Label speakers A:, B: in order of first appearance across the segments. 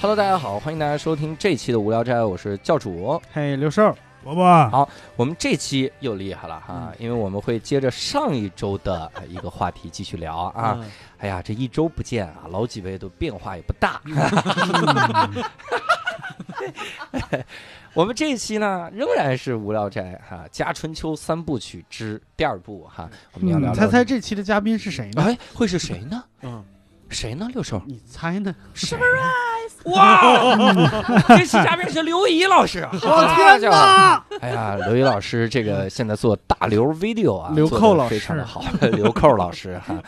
A: Hello，大家好，欢迎大家收听这期的无聊斋，我是教主。
B: 嘿，刘寿，
C: 伯伯，
A: 我们这期又厉害了
B: 嗯
A: 哈，因为我们会接着上一周的一个话题继续聊啊。
B: 嗯，
A: 哎呀，这一周不见啊，老几位都变化也不大。
B: 嗯
A: 我们这一期呢，仍然是无聊斋哈、加春秋三部曲之第二部哈、
B: 嗯
A: 我们要聊聊
B: 你猜猜这期的嘉宾是谁呢？
A: 哎，会是谁呢？
B: 嗯，
A: 谁呢？六叔
B: 你猜呢？
A: 是不是？哇，这期嘉宾是刘怡老师，
B: 哦
A: 好啊天哪！哎呀，刘怡老师这个现在做大刘 video 啊，
B: 刘
A: 做
B: 寇
A: 得
B: 老
A: 非常的
B: 师
A: 好， 刘寇老师哈。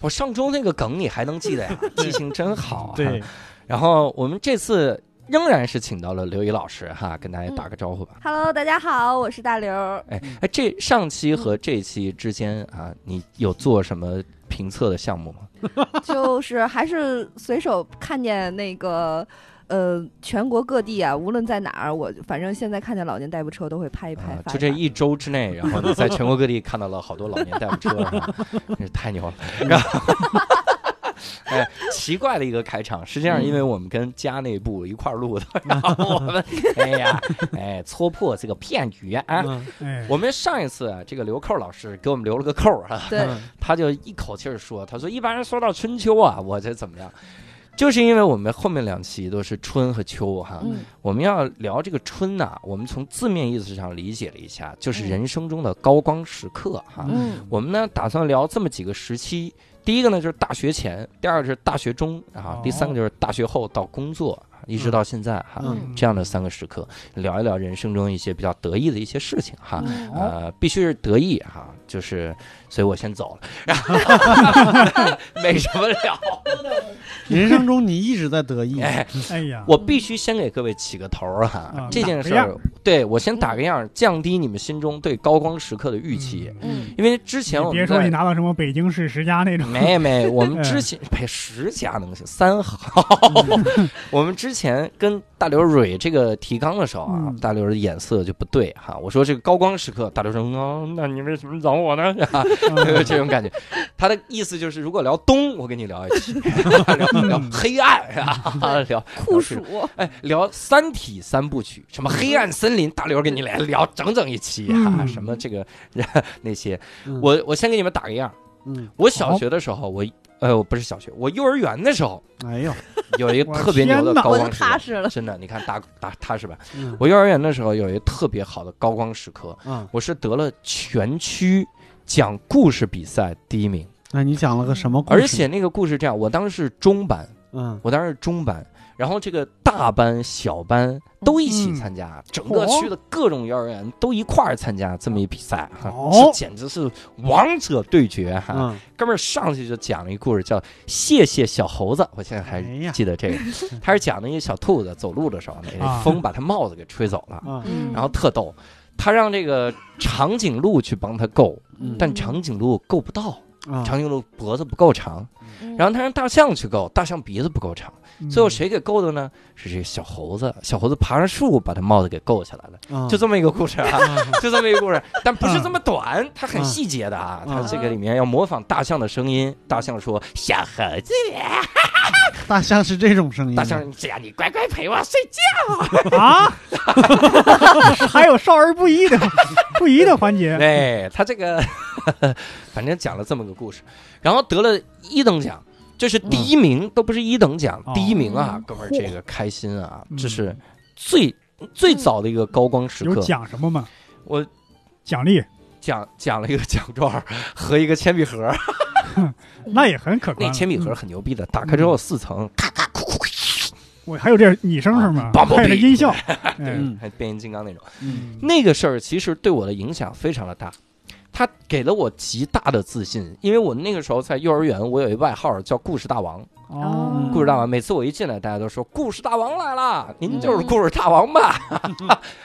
A: 我上周那个梗你还能记得呀？记性真 好、啊。
B: 对，
A: 然后我们这次仍然是请到了刘怡老师哈，跟
B: 嗯
A: 大家打个招呼吧。
D: Hello，大家好，我是大刘。
A: 哎哎，这上期和这期之间啊，你有做什么评测的项目吗？
D: 就是还是随手看见那个，呃，全国各地啊，无论在哪儿，我反正现在看见老年代步车都会拍一拍。
A: 啊
D: 发
A: 就这
D: 发
A: 一周之内，然后你在全国各地看到了好多老年代步车，啊 真是太牛了。然后，哎，奇怪的一个开场。实际上，因
D: 嗯
A: 为我们跟家那部一块儿录的，然后我 们哎呀，哎，戳破这个骗局啊。
B: 嗯
C: 哎，
A: 我们上一次啊，这个刘扣老师给我们留了个扣儿啊，
D: 对，
B: 嗯
A: 他就一口气儿说，他说一般人说到春秋啊，我这怎么样？就是因为我们后面两期都是春和秋哈、
D: 嗯
A: 我们要聊这个春呐、我们从字面意思上理解了一下，就是人生中的高光时刻哈、
B: 嗯
D: 嗯
A: 我们呢打算聊这么几个时期，第一个呢就是大学前，第二个是大学中啊
B: 哦，
A: 第三个就是大学后到工作，一直到现在哈、
B: 嗯
A: 这样的三个时刻，聊一聊人生中一些比较得意的一些事情哈。
D: 嗯
A: 呃，必须是得意哈、就是，所以我先走了， 然后 没什么聊，
B: 人生中你一直在得意，
A: 哎，
C: 哎呀，
A: 我必须先给各位起个头儿、哈
C: 啊，
A: 这件事
B: 打个
A: 儿，对我先
C: 嗯
A: 打个样儿，降低你们心中对高光时刻的预期，
D: 嗯
A: 因为之前
C: 你
A: 我
C: 别
A: 们
C: 说你
A: 在。
C: 拿到什么北京市十佳那种，
A: 没没，我们之
C: 嗯
A: 前呸十家能行三好， 我们之前跟大刘蕊这个提纲的时候啊
C: 嗯，
A: 大刘的眼色就不对哈。我说这个高光时刻，大刘说哦，那你为什么找我呢？ 啊
C: 嗯
A: 这种感觉。他的意思就是，如果聊东，我跟你聊一 期；聊聊
C: 嗯
A: 黑暗啊，聊
D: 酷暑，
A: 哎聊《三体》三部曲，什么黑暗森林，大刘跟你来聊整整一期啊，
C: 嗯
A: 什么这个呃那些。
B: 嗯
A: 我我先给你们打个样，
B: 嗯，
A: 我小学的时候，我呃我不是小学，我幼儿园的时候
B: 哎呦，
A: 有一个
C: 我
A: 特别牛
C: 天
A: 的
C: 哪
A: 高
D: 我就
A: 光时
D: 踏
A: 刻。
D: 实了。
A: 真的，你看打打踏实吧。
B: 嗯
A: 我幼儿园的时候有一个特别好的高光时刻，
B: 嗯，
A: 我是得了全区讲故事比赛第一名。
B: 那你讲了个什么故事？
A: 而且，那个故事这样，我当时是中班，
B: 嗯，
A: 我当时是中班，然后这个大班、小班都一
B: 嗯
A: 起参加，整个区的各种幼儿园都一块儿参加这么一比赛，哈、
B: 哦
A: 这简直是王者对决哈！
B: 嗯，
A: 哥们儿上去就讲了一故事，叫《谢谢小猴子》，我现在还
B: 哎呀
A: 记得这个， 他是讲的一小兔子走路的时候，那
C: 啊
A: 那风把他帽子给吹走了，
B: 啊，
D: 嗯
A: 然后特逗，他让这个长颈鹿去帮他够，
B: 嗯
A: 但长颈鹿够不到，
B: 啊，
A: 长颈鹿脖子不够长。
D: 嗯
A: 然后他让大象去够，大象鼻子不够长，
C: 嗯
A: 最后谁给够的呢？是这个小猴子，小猴子爬上树把他帽子给够下来了，
B: 啊
C: 嗯
A: 就这么一个故事 啊，就这么一个故事，但不是这么短，它很
B: 嗯
A: 细节的啊，它
B: 嗯
A: 这个里面要模仿大象的声音，大象说小猴子，
B: 大象是这种声
C: 嗯
B: 音，
A: 大象这样你乖乖陪我睡觉，
C: 啊， 还有少儿不宜的 不宜的环节，
A: 对哎他这个， 反正讲了这么个故事，然后得了一等奖。这是第一名，都不是一等奖，
C: 哦
A: 第一名啊
D: 嗯，
A: 哥们儿，这个开心啊，
C: 嗯
A: 这是最最早的一个高光时
C: 有
A: 刻。
C: 讲什么吗？
A: 我
C: 奖励
A: 讲讲了一个奖状儿和一个铅笔盒儿，
C: 那也很可观
A: 那
C: 了。
A: 铅笔盒儿很牛逼的，打开之后四层，咔咔咔咔咔，
C: 我还有点拟声是吗？
A: 啊，Bumblebee
C: 配着 音效，
A: 对
C: 嗯，
A: 还变形金刚那种。
B: 嗯，
A: 那个事儿其实对我的影响非常的大，它给了我极大的自信，因为我那个时候在幼儿园，我有一外号儿叫故事大王。
C: 哦，
A: 故事大王，每次我一进来，大家都说故事大王来了，您就是
D: 嗯
A: 故事大王 吧？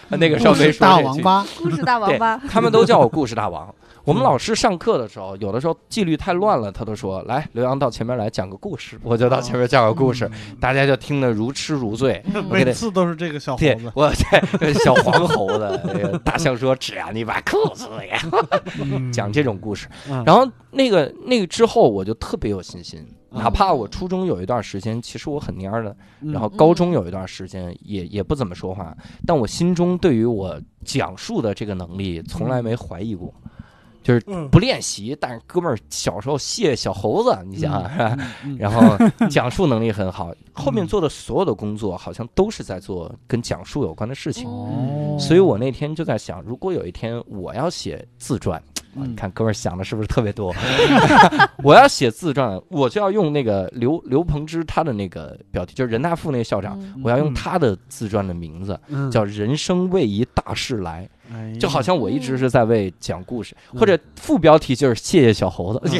A: 那个时候
B: 故
A: 没
B: 事
A: 说
B: 大
A: 这
B: 王
A: 句
B: 八，
D: 故事大王八，
A: 他们都叫我故事大王。 我们老师上课的时候，有的时候纪律太乱了，他都说：“来，刘洋到前面来讲个故事。”我就到前面讲个故事，大家就听得如痴如醉。
D: 嗯
A: 我给他
B: 嗯 每次都是这 个小猴
A: 对
B: 子，，
A: 啊我对小黄猴子，那个大象说：“只要你把裤子给我
B: 嗯
A: 讲这种故事。
B: 啊
A: 然后那个那个之后，我就特别有信心，
B: 啊
A: 哪怕我初中有一段时间，其实我很蔫儿的，
B: 嗯
A: 然后高中有一段时间也也不怎么说话，但我心中对于我讲述的这个能力从来没怀疑过。就是
C: 嗯
A: 不练习，但是哥们儿小时候卸小猴子，你想啊想是吧？
B: 嗯
A: 然后讲述能力很好，后面做的所有的工作好像都是在做跟讲述有关的事情。
B: 哦
A: 所以我那天就在想，如果有一天我要写自传，啊
B: 嗯
A: 你看哥们儿想的是不是特别多？ 我要写自传，我就要用那个刘刘鹏之他的那个标题，就是人大附那个校长，
D: 嗯
A: 我要用他的自传的名字。
B: 嗯
A: 叫人生为一大事来，
B: 哎呀
A: 就好像我一直是在为讲故事，或者副标题就是谢谢小猴子，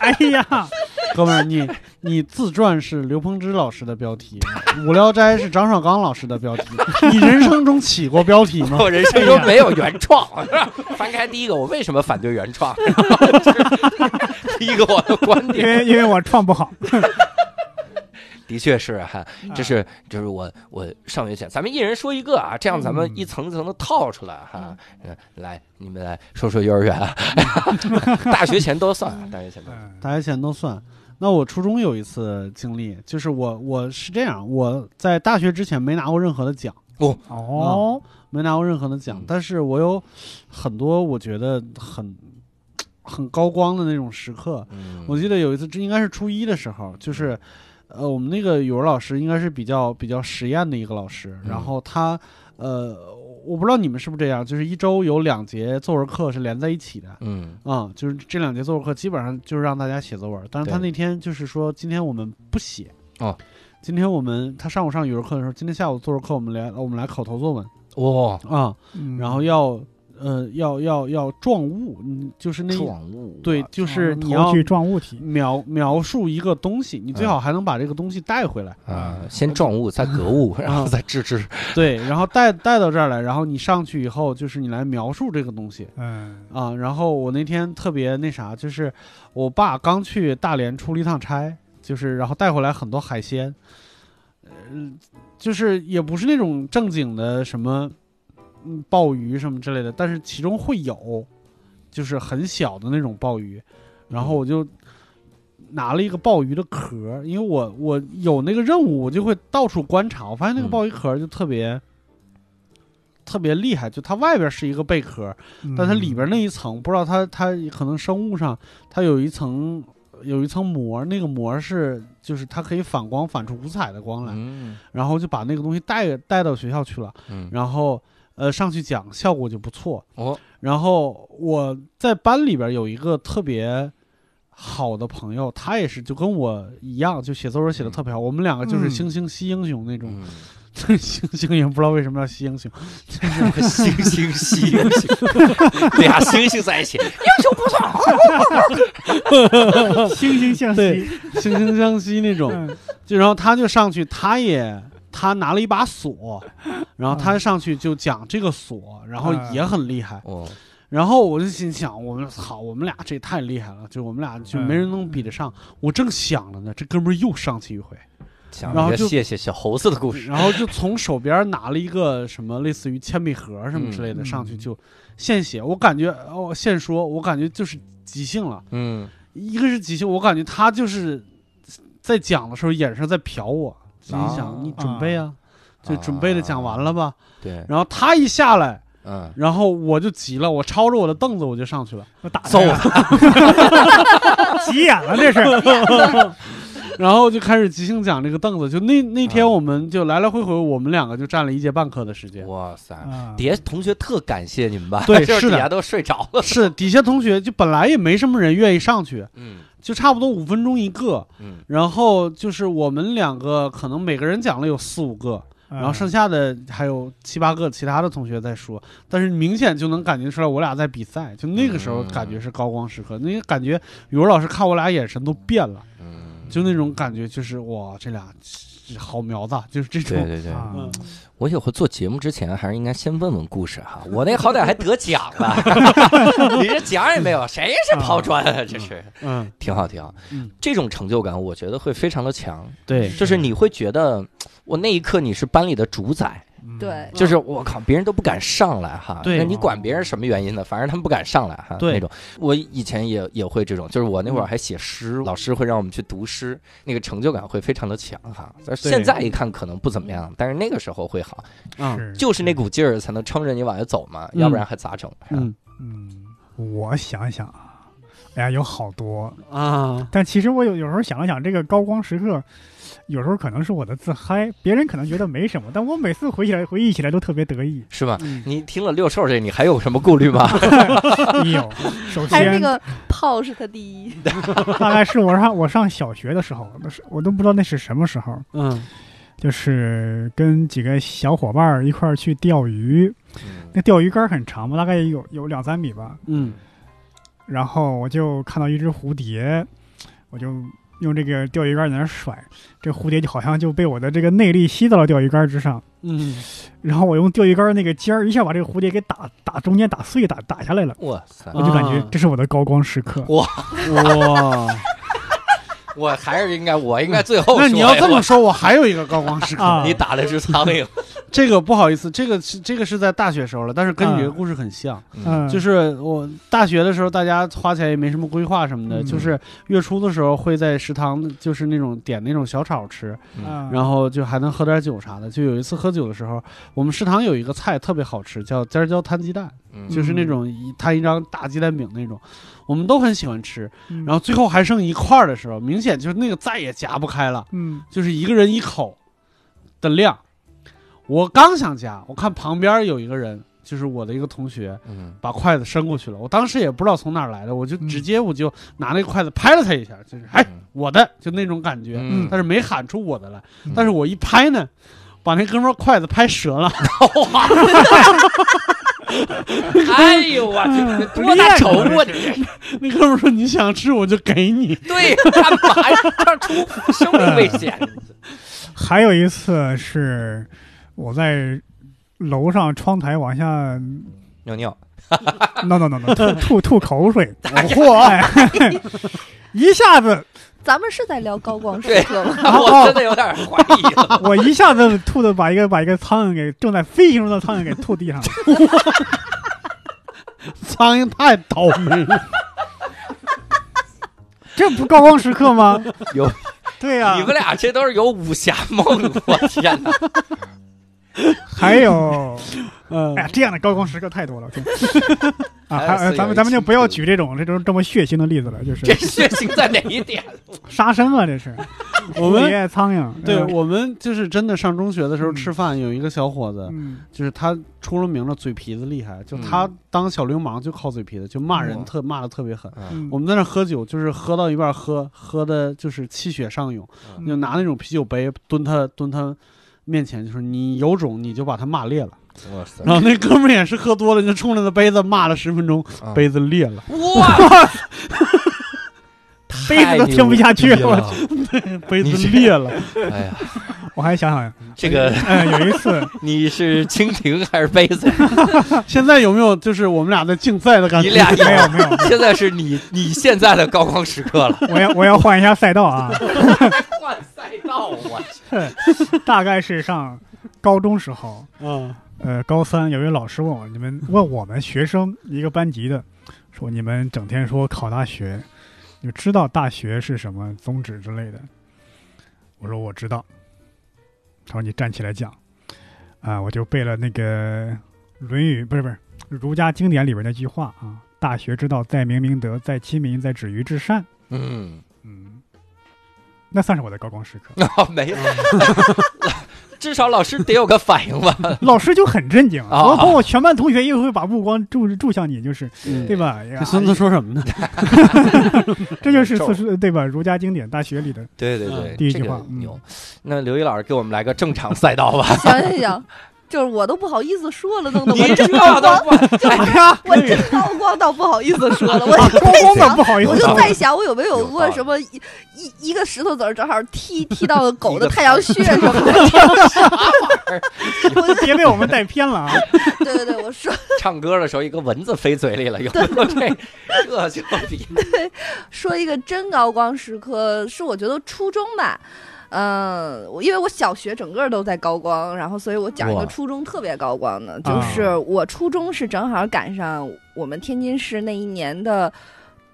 C: 哎呀，
B: 哥们儿，你你自传是刘鹏之老师的标题，《无聊斋》是张绍刚老师的标题，你人生中起过标题 吗？
A: 我人生中没有原创。 翻开第一个，我为什么反对原创？ 第一个我的观
C: 因
A: 点
C: 为因为我创不好，
A: 的确是哈，这
C: 哎
A: 是就是我我上学前，咱们一人说一个啊，这样咱们一层层的套出来哈。嗯，来，你们来说说幼儿园啊， 大学前都算啊，大学前都算。
B: 大家钱都算。那我初中有一次经历，就是我我是这样，我在大学之前没拿过任何的奖，
C: 哦，
B: 没拿过任何的奖
A: 嗯，
B: 但是我有很多我觉得很很高光的那种时刻。
A: 嗯，
B: 我记得有一次，这应该是初一的时候，就是，呃，我们那个语文老师应该是比较比较实验的一个老师，
A: 嗯
B: 然后他，呃，我不知道你们是不是这样，就是一周有两节作文课是连在一起的，
A: 嗯
B: 啊、就是这两节作文课基本上就是让大家写作文，但是他
A: 对
B: 那天就是说今天我们不写，
A: 哦，
B: 今天我们他上午上语文课的时候，今天下午作文课我们来我们来考头作文
A: 哇，
B: 啊、
C: 嗯
B: 然后要呃要要要状物，嗯，就是那
A: 撞物啊
B: 对，就是你
C: 哦头
B: 要
C: 去撞物体，
B: 描描述一个东西，你最好还能把这个东西带回来，
A: 啊，先撞物，再格 物，然后再治治。
B: 对，然后带带到这儿来，然后你上去以后就是你来描述这个东西，
C: 嗯，
B: 啊，然后我那天特别那啥，就是我爸刚去大连出了一趟差，就是然后带回来很多海鲜，呃，就是也不是那种正经的什么，嗯，鲍鱼什么之类的，但是其中会有，就是很小的那种鲍鱼，然后我就拿了一个鲍鱼的壳儿，因为我我有那个任务，我就会到处观察，我发现那个
A: 嗯
B: 鲍鱼壳儿就特别。特别厉害，就它外边是一个贝壳，
A: 嗯
B: 但它
C: 嗯
B: 里边那一层，不知道它它可能生物上它有一层有一层膜，那个膜是就是它可以反光反出五彩的光来，
A: 嗯
B: 然后就把那个东西带带到学校去了，
A: 嗯，
B: 然后呃上去讲效果就不错。
A: 哦，
B: 然后我在班里边有一个特别好的朋友，他也是就跟我一样，就写作文写的特别好，我们两个就是
C: 嗯
B: 惺惺惜英雄那 种，
A: 嗯，
B: 惺惺也不知道为什么要惜英雄，
A: 星星吸星星， 俩星星在一起，
C: 惺惺相
B: 对
C: 惜，
B: 惺惺相惜那种。
C: 嗯
B: 就然后他就上去，他也他拿了一把锁，然后他上去就讲这个锁，然后也很厉害。
A: 哦，
B: 然后我就心想，我们操，我们俩这也太厉害了，就我们俩就没人能比得上。我正想着呢，这哥们儿又上去一回，
A: 讲
B: 然
A: 一
B: 后
A: 个
B: 就
A: 谢谢小猴子的故事，
B: 然后就从手边拿了一个什么类似于铅笔盒什么之类的
C: 嗯
B: 上去就现写，我感觉哦现说，我感觉就是即兴了。
A: 嗯，
B: 一个是即兴，我感觉他就是在讲的时候眼神在瞟我，心里
A: 啊
B: 想你准备啊，就准备的讲完了吧。
A: 对，
B: 然后他一下来，
A: 嗯，
B: 然后我就急了，我抄着我的凳子我就上去了，
C: 我打他
A: 揍他，
C: 急眼了，这是，
B: 然后就开始即兴讲这个凳子。就那那
A: 啊
B: 天我们就来来回回，我们两个就占了一节半课的时间。
A: 哇塞，
C: 啊
A: 底下同学特感谢你们吧，
B: 对
A: 就是
B: 是
A: 底
B: 的
A: 下都睡着了，
B: 是底下同学就本来也没什么人愿意上去，
A: 嗯
B: 就差不多五分钟一个。
A: 嗯，
B: 然后就是我们两个可能每个人讲了有四五个，然后剩下的还有七八个其他的同学在说，但是明显就能感觉出来我俩在比赛，就那个时候
A: 嗯
B: 感觉是高光时刻，那个感觉语文老师看我俩眼神都变了，
A: 嗯
B: 就那种感觉就是哇，这俩是好苗子，啊就是这
A: 对
B: 种。
A: 对对，
C: 啊
B: 嗯
A: 我以后做节目之前，还是应该先问问故事 哈。我那好歹还得奖了，你这奖也没有，谁是抛砖啊？这是
B: 嗯，
A: 挺好，挺好
B: 嗯。
A: 这种成就感，我觉得会非常的强，
B: 对
C: 嗯
A: 就是你会觉得，我那一刻你是班里的主宰，
D: 嗯对
A: 就是我靠，别人都不敢上来哈，
B: 嗯对嗯
A: 那你管别人什么原因呢？反正他们不敢上来哈，
B: 对嗯
A: 那种。我以前也也会这种，就是我那会儿还写诗，老师会让我们去读诗，那个成就感会非常的强哈。但是
B: 对
A: 现在一看可能不怎么样，但是那个时候会好，
B: 啊，
C: 是
A: 就是那股劲儿才能撑着你往下走嘛，
B: 嗯
A: 要不然还咋整？是吧。
B: 嗯
C: 嗯，我想想啊，哎呀，有好多，
B: 啊，
C: 但其实我有有时候想了想，这个高光时刻，有时候可能是我的自嗨，别人可能觉得没什么，但我每次回起来回忆起来都特别得意
A: 是吧？
B: 嗯
A: 你听了六兽这，你还有什么顾虑吗？
C: 有，首
D: 还是那
C: 先
D: 个炮是他第一，
C: 大概是我上我上小学的时候，那是我都不知道那是什么时候，
B: 嗯
C: 就是跟几个小伙伴儿一块儿去钓鱼，
A: 嗯
C: 那钓鱼竿儿很长嘛，大概有有两三米吧。
B: 嗯
C: 然后我就看到一只蝴蝶，我就用这个钓鱼竿在那儿甩，这蝴蝶就好像就被我的这个内力吸到了钓鱼竿之上，
B: 嗯，
C: 然后我用钓鱼竿那个尖儿一下把这个蝴蝶给打打中间打碎打打下来了，
A: 哇塞！
C: 我就感觉
B: 啊
C: 这是我的高光时刻。
B: 哇，
A: 我还是应该，我应该最后
B: 那你要
A: 说
B: 这
A: 呀
B: 么说，我还有一个高光时刻。
C: 啊
A: 我你打的是苍蝇，
B: 这个不好意思，这个是这个是在大学时候了，但是跟你这个故事很像。
C: 嗯，
B: 就是是我大学的时候，大家花钱也没什么规划什么的，
C: 嗯
B: 就是月初的时候会在食堂，就是那种点那种小炒吃，
C: 嗯
B: 然后就还能喝点酒啥的。就有一次喝酒的时候，我们食堂有一个菜特别好吃，叫尖椒摊鸡蛋，
A: 嗯
B: 就是那种一摊一张大鸡蛋饼那种，我们都很喜欢吃。
C: 然
B: 然后最后还剩一块儿的时候，明显就是那个再也夹不开了，
C: 嗯
B: 就是一个人一口的量。我刚想夹，我看旁边有一个人，就是我的一个同学。
A: 嗯
B: 把筷子伸过去了。我当时也不知道从哪儿来的，我就直接我就拿那个筷子拍了他一下，就是哎我的，就那种感觉，
A: 嗯
B: 但是没喊出我的来
A: 嗯。
B: 但是我一拍呢，把那哥们儿筷子拍折了。
A: 哎呦我
C: 嗯
A: 去，多大仇啊你！
B: 那哥们儿说：“你想吃我就给你。
A: 对，干嘛呀？这样出生命危险！
C: 还有一次是我在楼上窗台往下
A: 尿尿，
C: no no no no 吐吐吐口水，
B: 嚯
C: 哎 一下子
D: 咱们是在聊高光时
A: 对
D: 刻吗？
C: 哦
A: 我真的有点怀疑 了。
C: 我一下子吐的把一个把一个苍蝇给正在飞行中的苍蝇给吐地上了。
B: 苍蝇太倒霉了，
C: 这不高光时刻吗？
A: 有，
C: 对哎啊呀、
A: 你们俩这都是有武侠梦，我天 哪！
C: 还有，
B: 嗯
C: 哎呀，这样的高光时刻太多了。真的啊，
A: 还有
C: 还
A: 四有
C: 呃咱
A: 一
C: 们咱们就
A: 起
C: 不要
A: 吐
C: 举这种这种这么血腥的例子了，就是
A: 这血腥在哪一点？
C: 杀生啊，这是
B: 我
C: 蝴
B: 们。”
C: 蝶苍蝇。
B: 对
C: 呃
B: 我们就是真的上中学的时候
C: 嗯
B: 吃饭，有一个小伙子，
C: 嗯
B: 就是他出了名了，嘴皮子厉害，就
A: 嗯
B: 他当小流氓就靠嘴皮子，就骂人
A: 哇
B: 特骂的特别狠。
A: 啊
C: 嗯
B: 我们在那喝酒，就是喝到一半喝，喝的就是气血上涌，
A: 嗯
B: 就拿那种啤酒杯蹲他蹲他面前，就说你有种你就把他骂裂了。
C: 嗯
A: 哇塞
B: 然后那哥们儿也是喝多了，就冲着那杯子骂了十分钟，
A: 啊
B: 杯子裂了，
A: 哇，
C: 杯子都听不下去
A: 太牛
C: 了。
A: 了！
B: 杯子裂了。
A: 哎呀，
C: 我还想想，
A: 这个
C: 哎，有一次
A: 你是蜻蜓还是杯子？
B: 现在有没有就是我们俩在竞赛的感
A: 你
B: 觉？
A: 俩有
C: 没有没有，
A: 现在是你你现在的高光时刻了，
C: 我要我要换一下赛道啊，
A: 换赛道啊我去。
C: 大概是上高中时候，
B: 嗯
C: 呃，高三有一位老师问我，你们问我们学生一个班级的，说你们整天说考大学，你们知道大学是什么宗旨之类的？我说我知道。他说你站起来讲，啊，我就背了那个《论语》，不是不是儒家经典里边那句话啊，大学之道，在明明德，在亲民，在止于至善。
A: 嗯。。
C: 嗯，那算是我的高光时刻
A: 哦，没有， 至少老师得有个反应吧？
C: 老师就很震惊，
A: 啊
C: 我包括全班同学也会把目光注注向你，就是
B: 嗯
C: 对吧？
B: 这孙子说 什么呢？
C: 这就是
A: 咒
C: 四书对吧？儒家经典《大学》里的，
A: 对对
B: 嗯
A: 对，
C: 第一
A: 这
C: 句
A: 个
C: 话嗯
A: 牛。那刘毅老师给我们来个正常赛道 吧？
D: 行行行，就是我都不好意思说了，弄得
A: 你
D: 我
A: 这
D: 真
A: 道都不
D: 就是
A: 呀？
D: 我真高光到不好意思说了，我
C: 啊，
D: 就
C: 高光
D: 在
C: 的
D: 想
C: 不好意思
D: 我就
C: 啊，
D: 在想，我有没有
A: 有道
D: 过
A: 理
D: 什么一一一个石头子儿，正好踢踢到狗
A: 一
D: 的
A: 个
D: 太阳穴什么的。我就
C: 别被我们带偏 了啊！
D: 对对对，我说
A: 唱歌的时候一个蚊子飞嘴里了，有没有这？这就比
D: 说一个真高光时刻，是我觉得初中吧，嗯，我因为我小学整个都在高光，然后所以我讲一
A: 哇
D: 个初中特别高光的，就
C: 啊
D: 是我初中是正好赶上我们天津市那一年的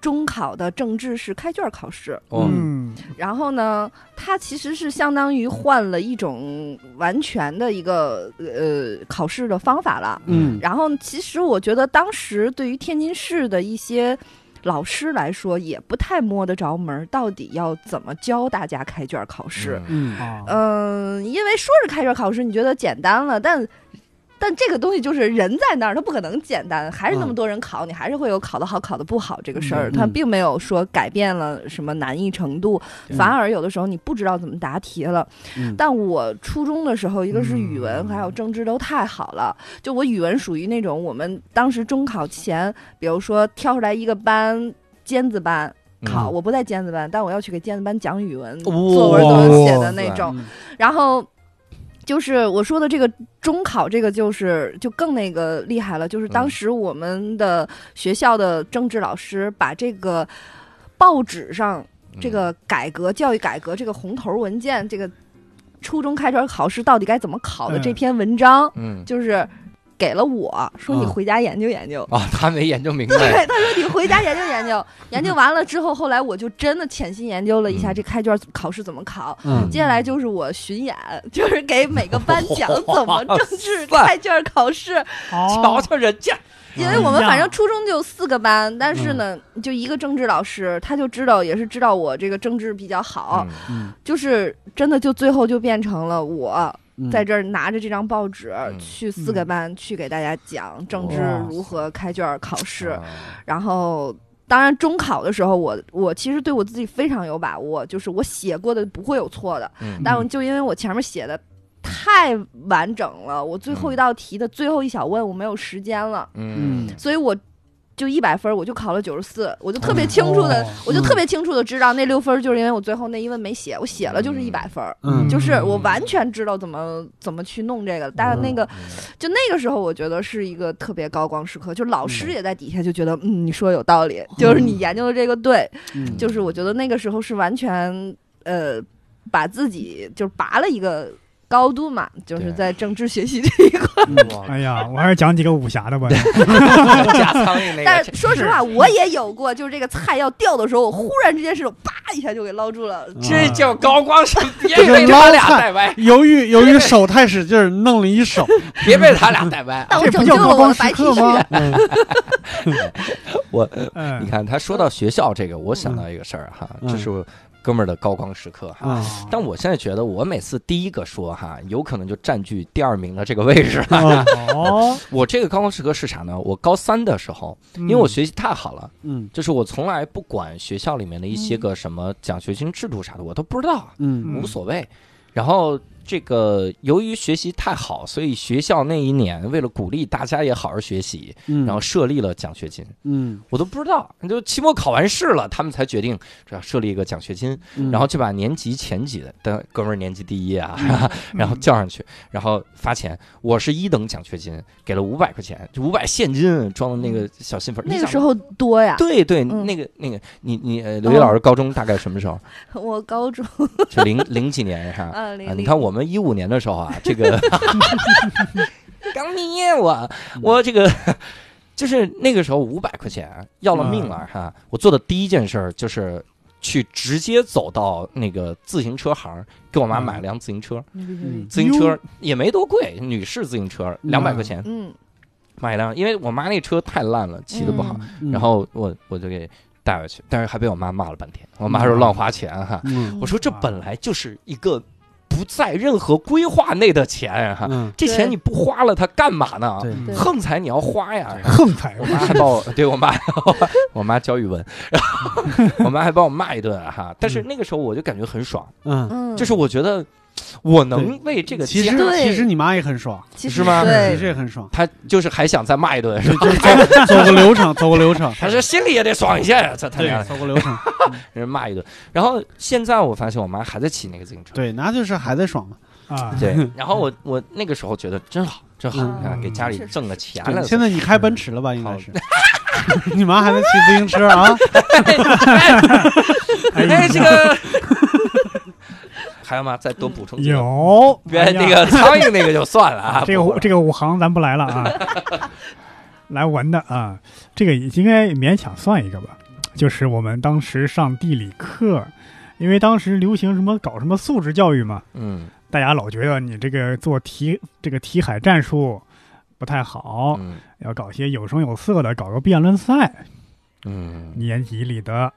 D: 中考的政治是开卷考试，
A: 哦，
C: 嗯
D: 然后呢，它其实是相当于换了一种完全的一个呃考试的方法了。
B: 嗯
D: 然后其实我觉得当时对于天津市的一些老师来说，也不太摸得着门儿，到底要怎么教大家开卷考试。
A: 嗯，
B: 嗯
C: 啊，
D: 嗯，因为说是开卷考试，你觉得简单了，但但这个东西就是人在那儿，它不可能简单，还是那么
B: 嗯
D: 多人考，你还是会有考得好、考得不好这个事儿，
B: 嗯
D: 它
B: 嗯
D: 并没有说改变了什么难易程度，
A: 对
D: 反而有的时候你不知道怎么答题了。
B: 嗯
D: 但我初中的时候，一个是语文，
C: 嗯
D: 还有政治都太好了。就我语文属于那种我们当时中考前，比如说挑出来一个班尖子班。考，
A: 嗯
D: 我不在尖子班，但我要去给尖子班讲语文、
A: 哇
D: 作文怎么写的那
A: 塞
D: 种。
B: 嗯
D: 然后就是我说的这个中考，这个就是就更那个厉害了，就是
A: 嗯
D: 当时我们的学校的政治老师把这个报纸上
A: 嗯
D: 这个改革、教育改革这个红头文件，这个初中开卷考试到底该怎么考的
C: 嗯
D: 这篇文章，
A: 嗯
D: 就是给了我说你
B: 嗯
D: 回家研究研究。
A: 啊，他没研究明白
D: 对，他说你回家研究研究， 研究完了之后，后来我就真的潜心研究了一下
A: 嗯
D: 这开卷考试怎么考，
B: 嗯
D: 接下来就是我巡演， 就是给每个班讲怎么政 治开卷考试，
A: 瞧
C: 哦，
A: 瞧人家，
D: 因为我们反正初中就四个班，但是呢，
A: 嗯
D: 就一个政治老师，他就知道也是知道我这个政治比较好，
A: 嗯
B: 嗯
D: 就是真的就最后就变成了我
B: 嗯
D: 在这儿拿着这张报纸
A: 嗯
D: 去四个班去给大家讲政治
C: 哇
D: 如何开卷考试，
A: 啊
D: 然后。当然，中考的时候我，我其实对我自己非常有把握，就是我写过的不会有错的。
A: 嗯
D: 但我就因为我前面写的太完整了，我最后一道题的最后一小问我没有时间了，
A: 嗯
D: 所以我就一百分儿，我就考了九十四，我就特别清楚的，
C: 哦
D: 我
B: 嗯
D: 就特别清楚的知道那六分儿就是因为我最后那一问没写，我写了就是一百分儿。
B: 嗯
D: 就是我完全知道怎么怎么去弄这个，但是那
A: 嗯
D: 个就那个时候，我觉得是一个特别高光时刻。就老师也在底下就觉得，嗯，你说有道理，就是你研究的这个对，
B: 嗯
D: 就是我觉得那个时候是完全呃，把自己就是拔了一个高度嘛，就是
A: 对
D: 在政治学习这一块。
A: 哇
C: 哎呀，我还是讲几个武侠 的吧。
A: 架苍蝇 那
D: 但
A: 个
D: 是说实话，我也有过，就是这个菜要掉的时候，我忽然之间是啪一下就给捞住了。
A: 这
B: 啊
A: 叫高光什
C: 嗯
A: 么？别
B: 这个
A: 被他
B: 捞
A: 俩
B: 菜
A: 带歪，
B: 由于由于手太使劲儿，弄了一手，
A: 别被他俩带歪。
D: 但我
C: 这不
D: 拯
C: 叫
D: 救
C: 高
D: 了我
C: 光
D: 的
C: 时
D: 白 T
C: 刻
D: 恤
C: 吗。？
B: 嗯
A: 我
C: 嗯，
A: 你看他说到学校这个，我想到一个事儿哈，
B: 嗯
A: 这是我哥们儿的高光时刻哈。
B: 啊
A: 但我现在觉得，我每次第一个说哈，有可能就占据第二名的这个位置 了。
B: 啊，
C: 哦，
A: 我这个高光时刻是啥呢？我高三的时候，
C: 因
A: 因为我学习太好了，
B: 嗯
A: 就是我从来不管学校里面的一些个什么奖学金制度啥的，我都不知道，
B: 嗯
A: 无所谓。然后这个由于学习太好，所以学校那一年为了鼓励大家也好好学习，
B: 嗯，
A: 然后设立了奖学金。
B: 嗯
A: 我都不知道，就期末考完试了，他们才决定这要设立一个奖学金，
B: 嗯，
A: 然后就把年级前几的但哥们儿年级第一
D: 嗯
A: 啊， 然后叫上去，然后发钱。我是一等奖学金，给了五百块钱，就五百现金装的那个小信封。
D: 嗯那
A: 你
D: 个
A: 想
D: 时候多呀，
A: 对对，
D: 嗯
A: 那个那个，你你呃刘烨老师高中大概什么时候？
D: 我高中
A: 就零 零几年哈。
D: 二嗯 零
A: 啊，
D: 零，
A: 你看我们一五年的时候啊，这个 刚毕业我
B: 嗯
A: 我这个就是那个时候五百块钱要了命
B: 嗯
A: 了哈。我做的第一件事儿就是去直接走到那个自行车行，给我妈
C: 嗯
A: 买辆自行车。
B: 嗯
A: 自行车也没多贵，女士自行车两百
C: 嗯
A: 块钱
D: 嗯，
A: 买一辆，因为我妈那车太烂了，骑的不好。
B: 嗯
A: 然后我我就给带回去，但是还被我妈骂了半天。我妈说乱花钱哈，
B: 嗯
A: 我说这本来就是一个不在任何规划内的钱哈，
B: 嗯
A: 这钱你不花了它干嘛呢？
B: 对
D: 对
A: 横财你要花呀。
C: 横财
A: 我妈还把我 对我妈，我妈教语文，然后我妈还把我骂一顿啊哈。但是那个时候我就感觉很爽，
B: 嗯，
D: 嗯，
A: 就是我觉得我能为这个
B: 其实
A: 家，
D: 对
B: 其实你妈也很爽，
D: 其
A: 是
D: 实
A: 吗
B: 其
D: 对
B: 实，也 很爽，
A: 她就是还想再骂一顿，是吧？
B: 走个流程，走个流程，
A: 她说心里也得爽一下呀，这他
B: 对
A: 娘，
B: 走个流程，
A: 人骂一顿。然后现在我发现我妈还在骑那个自行车，
B: 对，那就是还在爽嘛。
C: 啊，
A: 对。然后我我那个时候觉得真好，真好，
B: 嗯
A: 啊给家里
D: 确实
A: 挣了钱
B: 对
A: 了。
B: 现在你开奔驰了
A: 嗯
B: 吧？应该是， 你妈还在骑自行车啊？
A: 哎哎，这个 还有吗？再多补充几个。
C: 有
A: 别
C: 哎呀
A: 那个苍蝇那个就算了啊，
C: 这
A: 不
C: 个
A: 管了
C: 这个五行咱不来了啊， 来文的啊，这个应该勉强算一个吧。就是我们当时上地理课，因为当时流行什么搞什么素质教育嘛，
A: 嗯
C: 大家老觉得你这个做题这个题海战术不太好，
A: 嗯
C: 要搞些有声有色的，搞个辩论赛，
A: 嗯
C: 年级里的。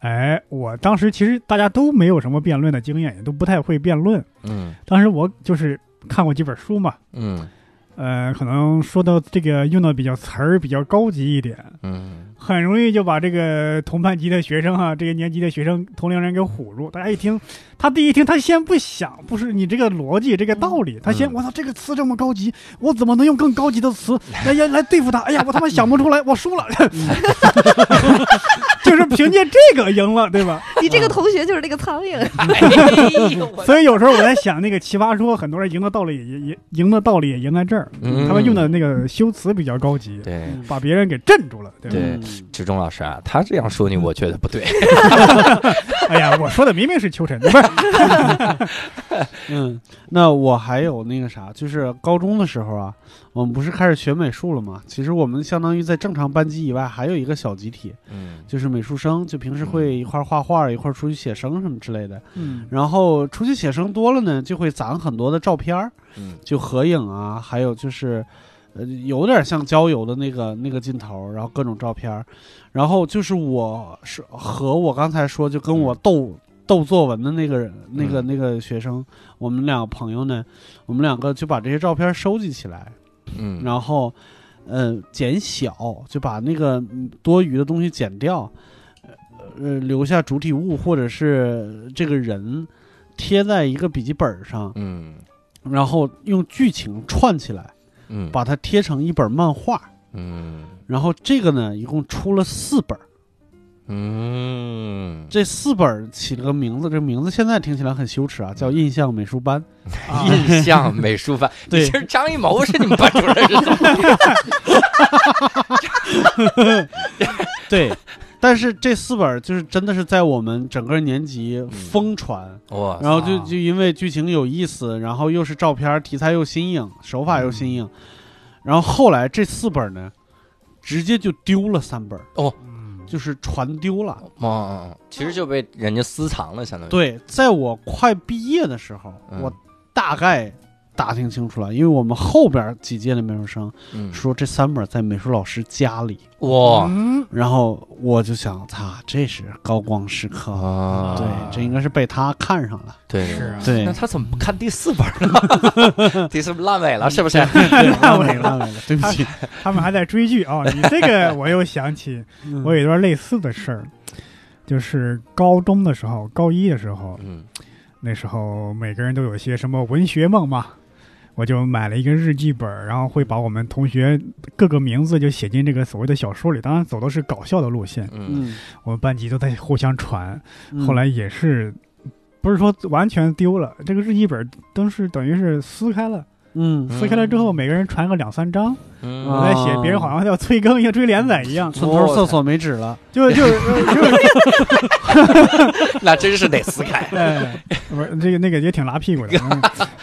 C: 哎，我当时其实大家都没有什么辩论的经验，也都不太会辩论。
A: 嗯
C: 当时我就是看过几本书嘛，
A: 嗯
C: 呃，可能说到这个用的比较词儿比较高级一点，
A: 嗯
C: 很容易就把这个同班级的学生啊，这个年级的学生、同龄人给唬住。大家一听，他第一听，他先不想，不是你这个逻辑、这个道理，他先
A: 嗯
C: 我操，这个词这么高级，我怎么能用更高级的词来来来对付他？哎呀，我他妈想不出来，我输了，
A: 嗯
C: 就是凭借这个赢了，对吧？
D: 你这个同学就是那个苍蝇，
A: 哎呦我
C: 所以有时候我在想，那个奇葩说，很多人赢的道理也也赢的道理也赢在这儿，
A: 嗯
C: 他们用的那个修辞比较高级。
A: 对。
C: 把别人给镇住了，对吧？
A: 对志忠老师啊，他这样说你，我觉得不对。
C: 哎呀，我说的明明是秋晨，不是？
B: 嗯，那我还有那个啥，就是高中的时候啊，我们不是开始学美术了吗？其实我们相当于在正常班级以外，还有一个小集体，
A: 嗯
B: 就是美术生，就平时会一块儿画画，一块儿出去写生什么之类的。
C: 嗯，
B: 然后出去写生多了呢，就会攒很多的照片儿，
A: 嗯
B: 就合影啊，还有就是，呃，有点像郊游的那个那个劲头儿，然后各种照片儿，然后就是我是和我刚才说就跟我斗、斗作文的那个人那个
A: 嗯
B: 那个学生，我们两个朋友呢，我们两个就把这些照片收集起来，
A: 嗯
B: 然后，呃，减小，就把那个嗯多余的东西减掉，呃，留下主体物或者是这个人贴在一个笔记本上，
A: 嗯
B: 然后用剧情串起来，
A: 嗯，
B: 把它贴成一本漫画。
A: 嗯
B: 然后这个呢，一共出了四本儿，
A: 嗯，
B: 这四本儿起了个名字，这名字现在听起来很羞耻啊，叫印象美术班。
A: 印象美术班，
B: 对
A: 你这是张艺谋是你们班主任是怎么？
B: 对，但是这四本儿就是真的是在我们整个年级疯传，
A: 哇塞
B: 然后就
C: 啊
B: 就因为剧情有意思，然后又是照片儿，题材又新颖，手法又新颖，
A: 嗯
B: 然后后来这四本儿呢，直接就丢了三本儿，就是传丢了。
A: 哦，其实就被人家私藏了，相当于。
B: 对，在我快毕业的时候，
A: 嗯
B: 我大概打听清楚了，因为我们后边儿几届的美术生
A: 嗯，
B: 说这三本儿在美术老师家里，哦
A: 哇
C: 嗯，
B: 然后我就想，擦，这是高光时刻。
A: 啊
B: 对，这应该是被他看上了。
A: 对
C: 是啊，
B: 对
A: 那，他怎么不看第四本呢？第四本烂尾了是不是？
B: 对烂尾了，烂尾了，对不 起。
C: 他们还在追剧 啊、你这个我又想起
B: 嗯
C: 我有一段类似的事儿，就是高中的时候，高一的时候，
A: 嗯
C: 那时候每个人都有些什么文学梦嘛。我就买了一个日记本儿，然后会把我们同学各个名字就写进这个所谓的小说里。当然走的是搞笑的路线，
A: 嗯
B: 嗯，
C: 我们班级都在互相传，
B: 嗯
C: 后来也是，不是说完全丢了，这个日记本都是等于是撕开了，
B: 嗯
A: 嗯
C: 撕开了之后每个人传个两三张，
A: 嗯
C: 我
B: 啊
C: 在写别人好像要催更要追连载一样，
B: 村头厕所没纸了，
C: 就就就
A: 那真是得撕 开。
C: 哎，不是这个那个也挺拉 屁股的，嗯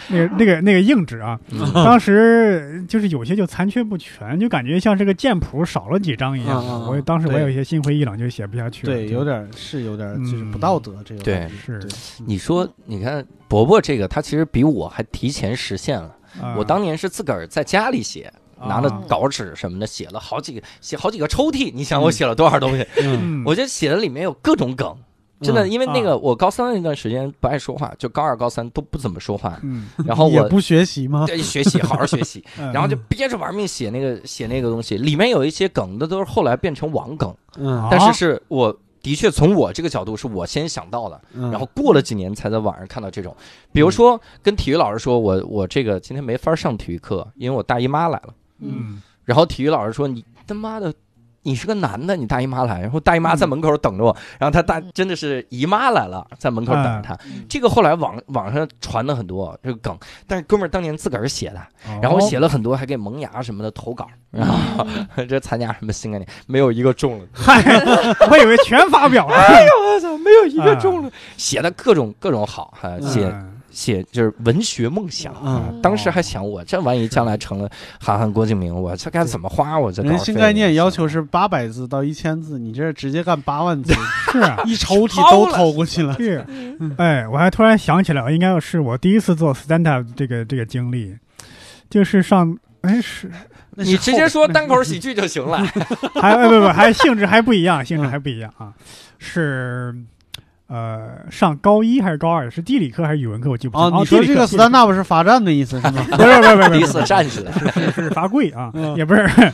C: 那个那个那个硬纸啊，
A: 嗯
C: 当时就是有些就残缺不全，就感觉像这个剑谱少了几张一样
B: 嗯嗯嗯。
C: 我当时我
B: 对
C: 有一些心灰意冷，就写不下去了。
B: 对，
C: 就
B: 有点是有点就是不
C: 嗯
B: 道德，这个
A: 对
C: 是
B: 嗯
A: 你说，你看伯伯这个，他其实比我还提前实现了。
C: 啊
A: 我当年是自个儿在家里写，拿着
B: 啊
A: 稿纸什么的写了好几个，写好几个抽屉。你想我写了多少东西？
B: 嗯，
C: 嗯
A: 我就写的里面有各种梗，真的，因为那
B: 啊
A: 个我高三那段时间不爱说话，就高二、高三都不怎么说话，
C: 嗯，
A: 然后
B: 也
A: 我
B: 不嗯学习吗？
A: 对学习，好好学 习，
C: 然
A: 然后就憋着玩命写那个写那个东西，里面有一些梗的都是后来变成网梗，
B: 嗯，
A: 但是是我。的确，从我这个角度是我先想到的，
B: 然
A: 然后过了几年才在网上看到这种。比如说，跟体育老师说，我我这个今天没法上体育课，因为我大姨妈来了。
C: 嗯
A: 然后体育老师说：“你他妈的你是个男的，你大姨妈来，然后大姨妈在门口等着我，然后她大真的是姨妈来了，在门口等着她。这个后来网网上传的很多这个梗，但是哥们儿当年自个儿写的，
C: 嗯
A: 然
C: 哦
A: 后写了很多，还给萌芽什么的投稿，然后 这参加什么新概念，没有一个中了。
C: 嗨，我以为全发表了。
A: 哎 呦我操，没有一个中了，嗯写的各种各种好，哈、写
C: 嗯
A: 写就是文学梦想。
B: 嗯，
A: 当时还想我这万一将来成了韩寒、郭敬明，我这该怎么花我这稿
B: 人
A: 费？
B: 新概念要求是八百字到一千字，你这直接干八万字，
C: 是啊，
B: 一抽屉
A: 超
B: 都
A: 了
B: 投过去了。
C: 对，哎，我还突然想起来，应该是我第一次做 stand up 这个这个经历，就是上哎是
B: 那 是
A: 你直接
B: 后
A: 说单口 喜剧就行了。
C: 还哎不不还性质还不一样，性
B: 嗯
C: 质还不一样啊，是呃上高一还是高二？是地理课还是语文课？我记不清。哦
B: 啊，你说这个 stand up 是罚站的意思是 吗？
C: 不是不是不是不
A: 第一
C: 是
A: 次站起来，
C: 是是罚跪啊
B: 嗯，
C: 也不是，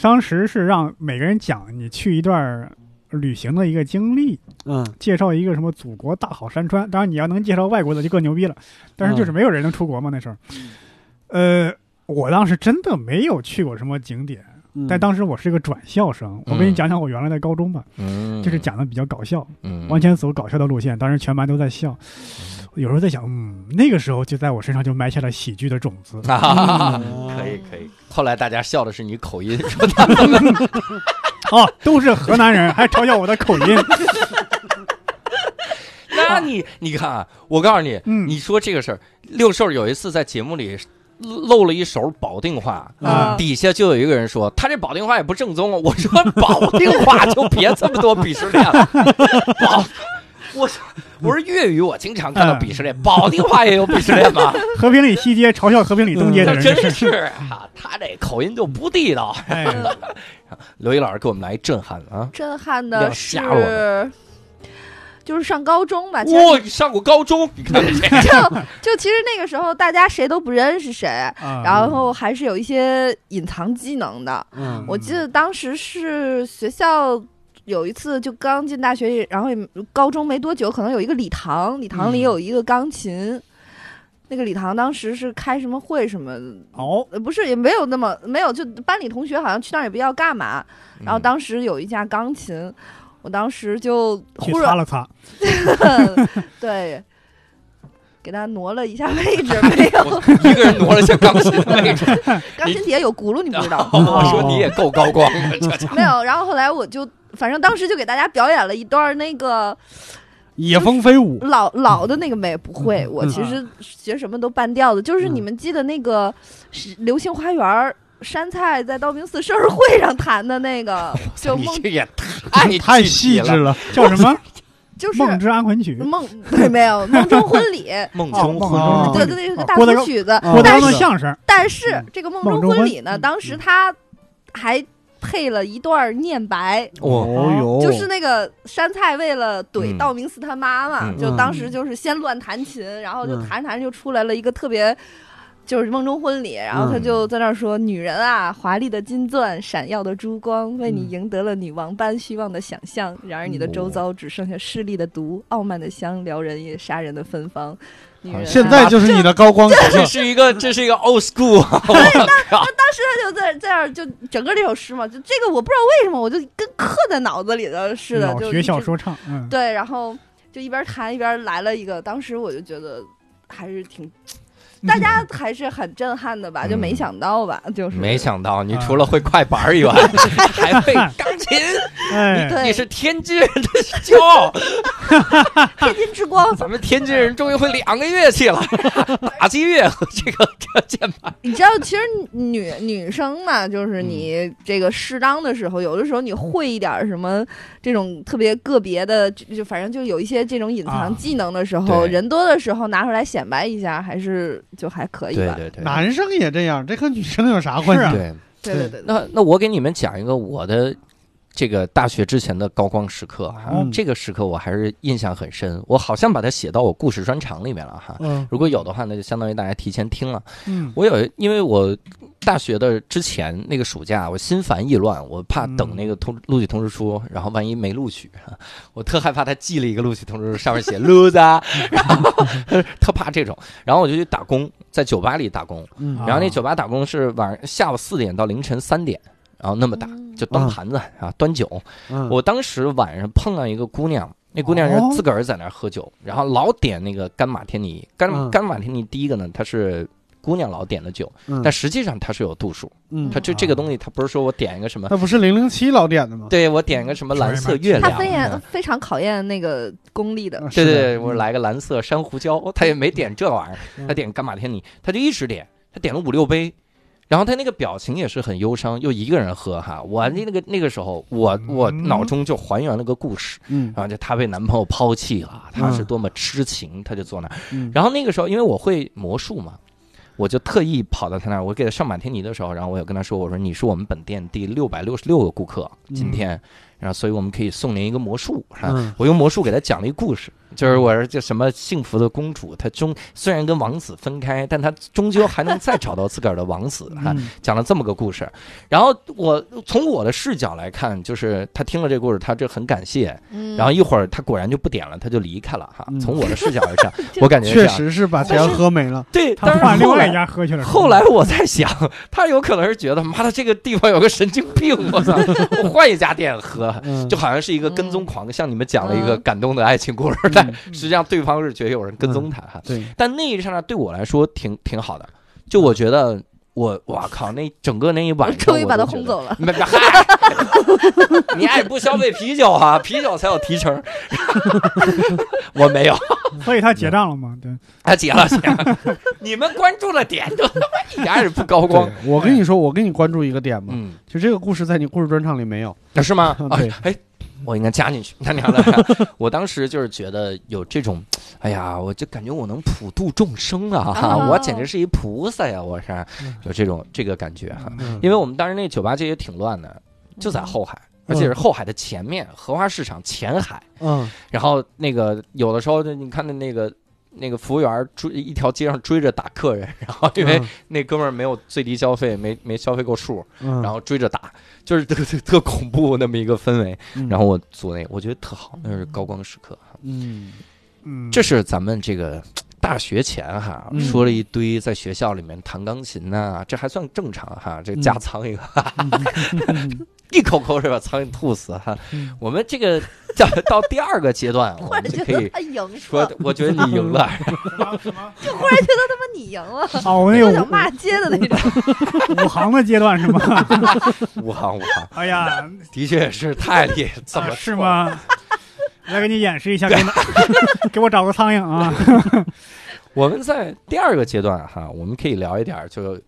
C: 当时是让每个人讲你去一段旅行的一个经历，
B: 嗯，
C: 介绍一个什么祖国大好山川。当然，你要能介绍外国的就更牛逼了，但是就是没有人能出国嘛那时候。
A: 嗯
C: 呃，我当时真的没有去过什么景点，
B: 嗯
C: 但当时我是一个转校生。我给你讲讲我原来的高中吧，
A: 嗯
C: 就是讲的比较搞笑，
A: 嗯
C: 完全走搞笑的路线。当时全班都在笑，有时候在想，嗯，那个时候就在我身上就埋下了喜剧的种 子。
A: 啊，
B: 嗯
A: 可以可以。后来大家笑的是你口音，说
C: 哦，都是河南人，还嘲笑我的口 音。
A: 那你你看啊，我告诉你，
C: 嗯
A: 你说这个事儿，六兽有一次在节目里漏了一手保定话，
D: 啊
A: 底下就有一个人说他这保定话也不正宗啊。我说保定话就别这么多鄙视链了， 保。我说我说粤语，我经常看到鄙视链，保定话也有鄙视链吗？
C: 和平里西街嘲笑和平里东街的
A: 嗯那
C: 人，
A: 真是啊，他这口音就不地道。
C: 哎，
A: 刘毅老师给我们来一震撼啊！
D: 震撼
A: 要
D: 的
A: 吓我
D: 是，就是上高中吧，其实
A: 哇，你上过高中，你看 这
D: 就就其实那个时候大家谁都不认识谁，
C: 然
D: 然后还是有一些隐藏技能的。
B: 嗯
D: 我记得当时是学校。有一次就刚进大学，然后也高中没多久，可能有一个礼堂，礼堂里
B: 嗯
D: 有一个钢琴，那个礼堂当时是开什么会什么，
C: 哦，
D: 呃不是也没有那么没有，就班里同学好像去那儿也不知道干嘛，然
A: 嗯
D: 后当时有一架钢琴，我当时就
C: 去
D: 忽
C: 擦
D: 然
C: 了擦，
D: 对，给它挪了一下位置，没有
A: 我一个人挪了下钢琴位置，
D: 钢琴底下有轱辘，你不知 道
A: 我说你也够高光的，这家伙
D: 没有？然后后来我就反正当时就给大家表演了一段儿那个
B: 野蜂飞舞，
D: 老老的那个没不会，我
B: 嗯
D: 其实学什么都半吊子，就是你
B: 嗯
D: 们记得那个是《流星花园》。山菜在道明寺生日会上弹的那个，就
A: 你
D: 梦
A: 这也太
B: 太
A: 细
B: 细致
A: 了。
B: 了。
C: 叫什么
D: 就是
C: 梦之安魂曲，
D: 梦，对，没有梦中婚礼，
A: 梦
C: 哦
A: 中
C: 梦
A: 婚
B: 中
C: 中
D: 对对
C: 婚礼
D: 对，那
C: 哦
D: 个大
C: 郭德
D: 谱
C: 纲
D: 曲子，
B: 哦
C: 郭德
D: 但
C: 纲的
D: 是
C: 相声，
D: 但是这个梦
C: 梦
D: 中
C: 中
D: 婚
C: 婚
D: 礼呢，
B: 嗯
D: 当时他还配了一段念白，
A: 哦，
B: 哦哟，
D: 就是那个山菜为了
A: 嗯
D: 怼道明寺他妈妈，
A: 嗯
D: 就当时就是先乱弹琴，然后就
B: 嗯
D: 弹着弹着就出来了一个特别。就是梦中婚礼，然
B: 嗯
D: 后他就在那儿说：“女人啊，华丽的金钻，闪耀的珠光，为你
B: 嗯哦
D: 赢得了女王般虚妄的想象。然而你的周遭只剩下势利的毒、傲慢的香、撩人也杀人的芬芳。女人、啊，
B: 现在就是你的高光时刻
A: 这。是一个这是一个 old school，
D: 他就在在这儿就整个这首诗嘛，就这个我不知道为什么，我就跟刻在脑子里的似的，
C: 老
D: 就
C: 学
D: 一
C: 校
D: 直
C: 说唱，嗯，
D: 对，然后就一边弹一边来了一个，当时我就觉得还是挺，
C: 嗯
D: 大家还是很震撼的吧，就没
A: 嗯
D: 想到吧，就是
A: 没想到你除了会快板 以外，还会钢琴，
C: 哎，
D: 对
A: 你是天津人的骄傲。
D: 天津之光，
A: 咱们天津人终于会两个乐器了， 打击乐和这个这键盘。
D: 你知道，其实女女生嘛，就是
A: 嗯
D: 你这个适当的时候，有的时候你会一点儿什么这种特别个别的，就就反正就有一些这种隐藏
C: 啊
D: 技能的时候，
A: 对
D: 人多的时候拿出来显摆一下，还是就还可以吧。
A: 对对
B: 男生也这样，这和女生有啥关系？
C: 是啊
D: 对
A: 对，
D: 对对对
A: 那那我给你们讲一个我的这个大学之前的高光时刻哈、
B: 嗯
A: 这个时刻我还是印象很深，我好像把它写到我故事专场里面了哈。
B: 嗯
A: 如果有的话，那就相当于大家提前听了。
C: 嗯，
A: 我有，因为我大学的之前那个暑假，我心烦意乱，我怕等那个通录取通知书，然后万一没录取，哈我特害怕他寄了一个录取通知书，上面写 loser，然 后特怕这种，然后我就去打工，在酒吧里打工，
B: 嗯
A: 然后那酒吧打工是晚上下午四点到凌晨三点。然后那么大，
D: 嗯
A: 就端
B: 啊
A: 盘子啊，端酒。
B: 嗯，
A: 我当时晚上碰到一个姑娘，那姑娘是
C: 哦
A: 自个儿在那儿喝酒，然后老点那个干马天尼。干
B: 嗯
A: 干马天尼第一个呢，它是姑娘老点的酒，
B: 嗯
A: 但实际上它是有度数，
B: 嗯
A: 它，就这个东西，它不是说我点一个什么，
B: 那不是零零七老点的吗？
A: 对我点一个什么蓝色月
D: 他
A: 亮。
D: 非常
A: 嗯
D: 非常考验那个功力的
B: 啊，
A: 对
B: 是
A: 对
B: 的
A: 对，我
B: 嗯
A: 来个蓝色珊瑚礁，他也没点这玩意儿，
B: 嗯
A: 他点干马天尼，他就一直点，他点了五六杯，然后他那个表情也是很忧伤，又一个人喝哈，我那个那个时候，我我
C: 嗯
A: 脑中就还原了个故事，
B: 嗯
A: 然后就她被男朋友抛弃了，她是
B: 嗯
A: 多么痴情，她就坐那儿，
B: 嗯，
A: 然后那个时候，因为我会魔术嘛，我就特意跑到他那儿，我给他上马天尼的时候，然后我有跟他说，我说你是我们本店第六百六十六个顾客，今天，然后所以我们可以送您一个魔术，啊
B: 嗯
A: 我用魔术给他讲了一故事，就是我说这什么幸福的公主，她终虽然跟王子分开，但她终究还能再找到自个儿的王 子，哈、
B: 嗯
A: 讲了这么个故事。然后我从我的视角来看，就是他听了这故事，他这很感谢，
D: 嗯，
A: 然 后一会儿他果然就不点了，他就离开了哈
B: 嗯。
A: 从我的视角来 看，我感觉这
B: 确
A: 样
B: 实是把
A: 但
B: 钱
A: 是
B: 喝没了。
A: 对，
C: 他
A: 但
C: 换
A: 是
C: 另
A: 后
C: 外一
A: 来
C: 家喝去了。嗯
A: 后来我在想，他有可能是觉得妈的这个地方有个神经病，我 操，我换一家店喝。
B: 嗯，
A: 就好像是一个跟踪狂，像你们讲了一个
D: 嗯
A: 感动的爱情故事，
C: 嗯
A: 但实际上对方是觉得有人跟踪他哈。
B: 对，
A: 但那一刹那对我来说挺挺好的，就我觉得我哇靠，那整个那一晚
D: 我
A: 上
D: 终于把
A: 我
D: 他
A: 都觉
D: 轰
A: 得
D: 走 了。
A: 没没嗨，你爱不消费啤酒啊？啤酒才有提成。 我没有，
C: 所以他结账了嘛？对，
A: 他结了结了。你们关注的点都他妈一点儿也不高光。哎
B: 对我跟你说，我给你关注一个点嘛，
A: 嗯，
B: 就这个故事在你故事专场里没有。
A: 那是 吗？啊
B: 对，
A: 哎，我应该加进去。他娘的，我当时就是觉得有这种，哎呀，我就感觉我能普度众生啊！
D: 哦
A: 我简直是一菩萨呀！我是有这种这个感觉哈。
B: 嗯
A: 因为我们当时那酒吧街也挺乱的，就在 后海，而且是后海的前面，荷花市场前海。
B: 嗯
A: 然后那个有的时候就你看的那个那个服务员追一条街上追着打客人，然后因为那哥们儿没有最低消费，没没消费够数，
B: 嗯，
A: 然后追着打，就是特特特恐怖那么一个氛围。
B: 嗯
A: 然后我做那个，我觉得特好，那是高光时刻。
B: 嗯
C: 嗯，
A: 这是咱们这个大学前哈，
B: 嗯
A: 说了一堆在学校里面弹钢琴呐、这还算正常哈。这夹
B: 嗯
A: 苍蝇，
B: 嗯
A: 一口口水把苍蝇吐死哈。
B: 嗯
A: 我们这个到到第二个阶段，我
D: 我
A: 们
D: 就觉
A: 就可
D: 得
A: 以
D: 他赢了，
A: 说，我觉得你赢了。
C: 什么
D: 忽然觉得他妈你赢了，
C: 啊？我那
D: 有点
C: 个
D: 骂街的那种。
C: 五五行的阶段是吗？
A: 武行武行，
C: 哎呀，
A: 的确是太厉害，怎么
C: 啊是
A: 说？
C: 吗？来给你演示一下，给你给我找个苍蝇啊！
A: 我们在第二个阶段哈，我们可以聊一点儿，就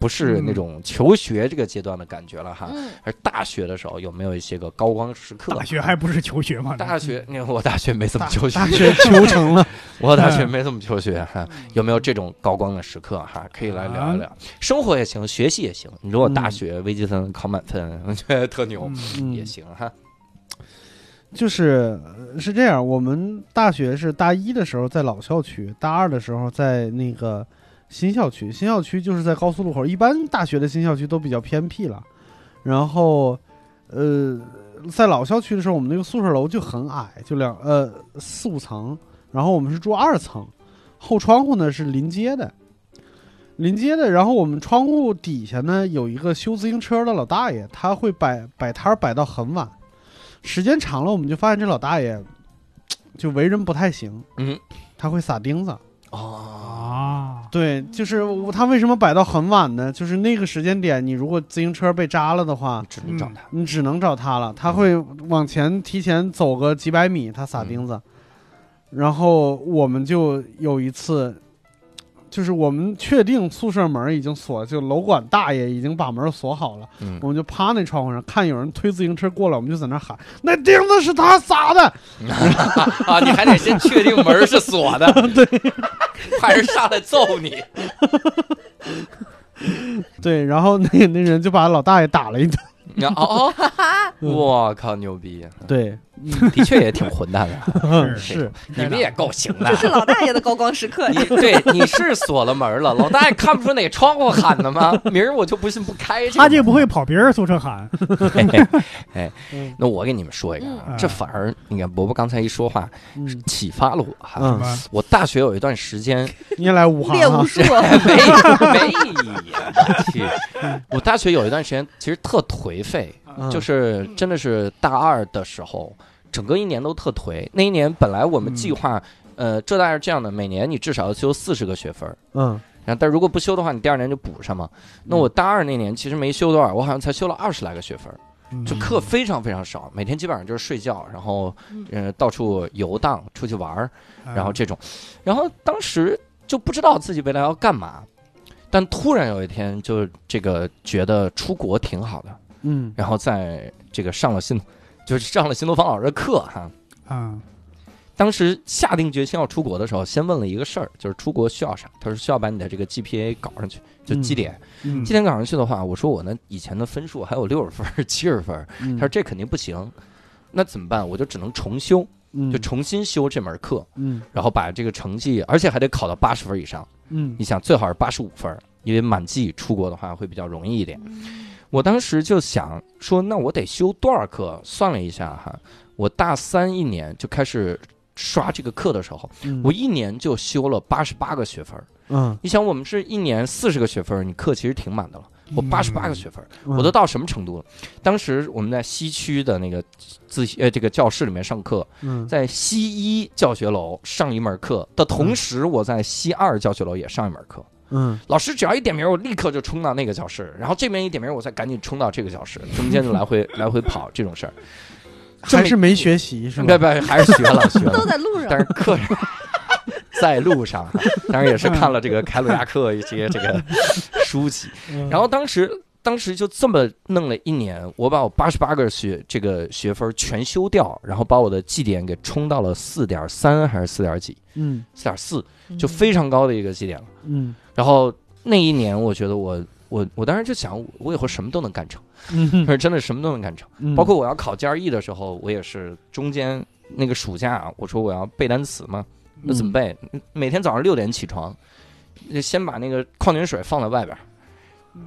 A: 不是那种求学这个阶段的感觉了哈。
D: 嗯，
A: 而大学的时候有没有一些个高光时刻？
C: 大学还不是求学吗？
A: 大学，你看我大学没怎么求学
B: 大，学 求成了。
A: 我大学没怎么求学哈。有没有这种高光的时刻哈？可以来聊一聊，生活也行，学习也行。你说我大学微积分考满分，我觉得特牛
C: 嗯，
B: 嗯
A: 也，行哈。
B: 就是呃是这样，我们大学是大一的时候在老校区，大二的时候在那个新校区。新校区就是在高速路口，一般大学的新校区都比较偏僻了。然后，呃，在老校区的时候，我们那个宿舍楼就很矮，就两呃四五层，然后我们是住二层，后窗户呢是临街的。临街的，然后我们窗户底下呢有一个修自行车的老大爷，他会摆摆摊儿摆到很晚，时间长了，我们就发现这老大爷就为人不太行，
A: 嗯，
B: 他会撒钉子。
A: 哦，
C: 啊，
B: 对，就是我他为什么摆到很晚呢？就是那个时间点，你如果自行车被扎了的话，
A: 只能
C: 嗯
A: 找他。
B: 你只能找他了。他会往前提前走个几百米，他撒钉子。然后我们就有一次，就是我们确定宿舍门已经锁，就楼管大爷已经把门锁好了。
A: 嗯
B: 我们就趴那窗户上看有人推自行车过来，我们就在那喊：“那钉子是他撒的！”
A: 啊，你还得先确定门是锁的，对，怕人上来揍 你。
B: 对，然后那那人就把老大爷打了一顿。
A: 你看，哦，哦
B: 嗯
A: 我靠，牛逼！
B: 对，
A: 的确也挺混蛋啊的。
C: 是
B: 是，
A: 你们也够行的
D: 这，是老大爷的高光时刻。
A: 你对你是锁了门了，老大爷看不出哪窗户喊的吗？明儿我就不信不开这个。
C: 他就不会跑别人宿舍喊，
A: 嘿。哎
B: 嗯，
A: 那我给你们说一个啊
C: 嗯，
A: 这反而你看伯伯刚才一说话
B: 嗯
A: 启发了我哈。
B: 嗯，
C: 啊
A: 我大学有一段时间
B: 你也来武汉
D: 猎
B: 啊
D: 无？数，
A: 没没，啊我去，我大学有一段时间其实特颓废，
B: 嗯
A: 就是真的是大二的时候，整个一年都特颓。那一年本来我们
C: 嗯
A: 计划，呃，浙大是这样的，每年你至少要修四十个学分儿，
B: 嗯
A: 然后但如果不修的话，你第二年就补上嘛。那
C: 嗯
A: 我大二那年其实没修多少，我好像才修了二十来个学分儿，
C: 嗯
A: 就课非常非常少，每天基本上就是睡觉，然后呃到处游荡、出去玩儿，
C: 嗯
A: 然后这种，然后当时就不知道自己未来要干嘛。但突然有一天，就这个觉得出国挺好的，
B: 嗯
A: 然后在这个上了新，就是上了新东方老师的课哈。
C: 啊，
A: 当时下定决心要出国的时候，先问了一个事儿，就是出国需要啥？他说需要把你的这个 GPA 搞上去，就
B: 嗯
A: 绩点。
C: 嗯
A: 绩点搞上去的话，我说我呢以前的分数还有六十分儿、七十分儿，
B: 嗯，
A: 他说这肯定不行，那怎么办？我就只能重修，
B: 嗯
A: 就重新修这门课，
B: 嗯
A: 然后把这个成绩，而且还得考到八十分以上。
B: 嗯
A: 你想最好是八十五分儿，因为满绩出国的话会比较容易一点。我当时就想说，那我得修多少课？算了一下哈，我大三一年就开始刷这个课的时候，
B: 嗯
A: 我一年就修了八十八个学分儿。
B: 嗯，
A: 你想，我们是一年四十个学分儿，你课其实挺满的了。我八十八个学分儿，我都
B: 到
A: 到什么程度了？当时我们在西区的那个自习呃这个教室里面上课，
B: 嗯
A: 在西一教学楼上一门课的同时，我在西二教学楼也上一门课。
B: 嗯
A: 老师只要一点名，我立刻就冲到那个教室，然后这边一点名，我再赶紧冲到这个教室，中间就来回 来回跑这种事儿。这么嗯
B: 还是没学习是
A: 别
B: 吧？
A: 别，别还是学了学
D: 都
A: 了，
D: 在路上。
A: 但是课在路上，当然也是看了这个凯鲁亚克一些这个书籍，
C: 嗯
A: 然后当时。当时就这么弄了一年，我把我八十八个学这个学分全修掉，然后把我的绩点给冲到了四点三还是四点几，
B: 嗯
A: 四点四，就非常高的一个绩点了。
B: 嗯
A: 然后那一年，我觉得我我我当时就想，我以后什么都能干成，
B: 嗯
A: 是真的什么都能干成。
B: 嗯，
A: 包括我要考 GRE 的时候，我也是中间那个暑假啊，我说我要背单词嘛，那怎么背？每天早上六点起床，就先把那个矿泉水放在外边儿。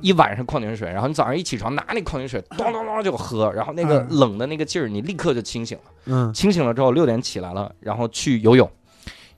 A: 一晚上矿泉水，然后你早上一起床拿那矿泉水咚咚咚就喝，然后那个
C: 嗯
A: 冷的那个劲儿，你立刻就清醒了。
B: 嗯
A: 清醒了之后六点起来了，然后去游泳，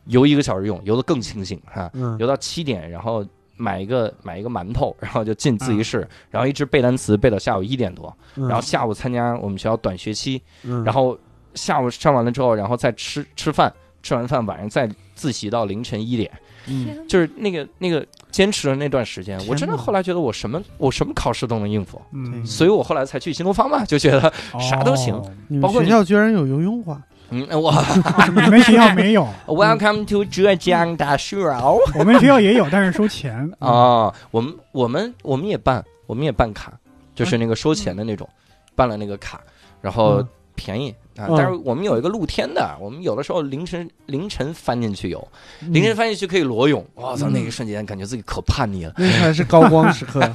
A: 游一个小时泳，游得更清醒哈、
B: 嗯
A: 游到七点，然后买一个买一个馒头，然后就进自习室，然后一直背单词，背到下午一点多，
B: 嗯，
A: 然后下午参加我们学校短学期，
B: 嗯
A: 然后下午上完了之后，然后再吃吃饭，吃完饭晚上再自习到凌晨一点，
B: 嗯
A: 就是那个那个坚持的那段时间，
B: 天
A: 我真的
B: 哪
A: 后来觉得我什么我什么考试都能应付，
C: 嗯，
A: 所以我后来才去新东方嘛，就觉得
C: 哦
A: 啥都行
B: 你们
A: 包括
B: 学
A: 你
B: 校居然有游泳馆，
A: 嗯我
C: 你们学校没有，
A: Welcome to 浙江大学哦。
C: 我们学校也有，但是收钱。
B: 嗯
A: 哦，我们我们我们也办，我们也办卡，就是那个收钱的那种，办了那个卡，然后
B: 嗯
A: 便宜啊。
B: 嗯
A: 但是我们有一个露天的，我们有的时候凌晨凌晨翻进去游，
B: 嗯
A: 凌晨翻进去可以裸泳。我操，那一瞬间感觉自己可叛逆了，
B: 那才是高光时刻，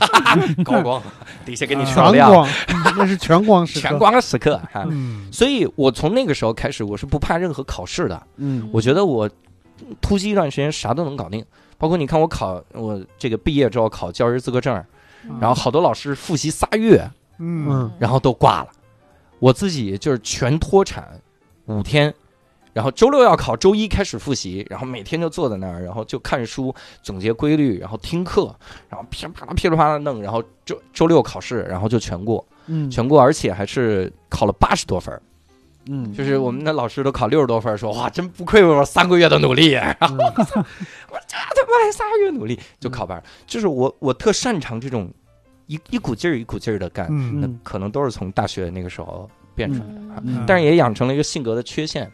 A: 高光底下给你
C: 全
A: 照
B: 全
A: 亮，
B: 嗯光，嗯那是全光时
A: 全
B: 刻。
A: 光时刻啊哈。
C: 嗯，
A: 所以我从那个时候开始，我是不怕任何考试的。
B: 嗯
A: 我觉得我突击一段时间啥都能搞定，包括你看我考我这个毕业之后考教师资格证，
B: 嗯
D: 嗯
A: 然后好多老师复习仨月，
C: 嗯
A: 然后都挂了。我自己就是全脱产五天，然后周六要考，周一开始复习，然后每天就坐在那儿，然后就看书总结规律，然后听课，然后噼里啪啦噼里啪啦弄，然后周周六考试，然后就全过，
B: 嗯
A: 全过，而且还是考了八十多分儿。
B: 嗯
A: 就是我们的老师都考六十多分儿，说哇，真不愧为我三个月的努力， 然
B: 嗯
A: 后我操我这他妈三个月努力就考完了，就是我我特擅长这种一一股劲儿一股劲儿的干，
C: 嗯
A: 那
B: 嗯
A: 可能都是从大学那个时候变出来的啊，
B: 嗯
A: 但是也养成了一个性格的缺陷，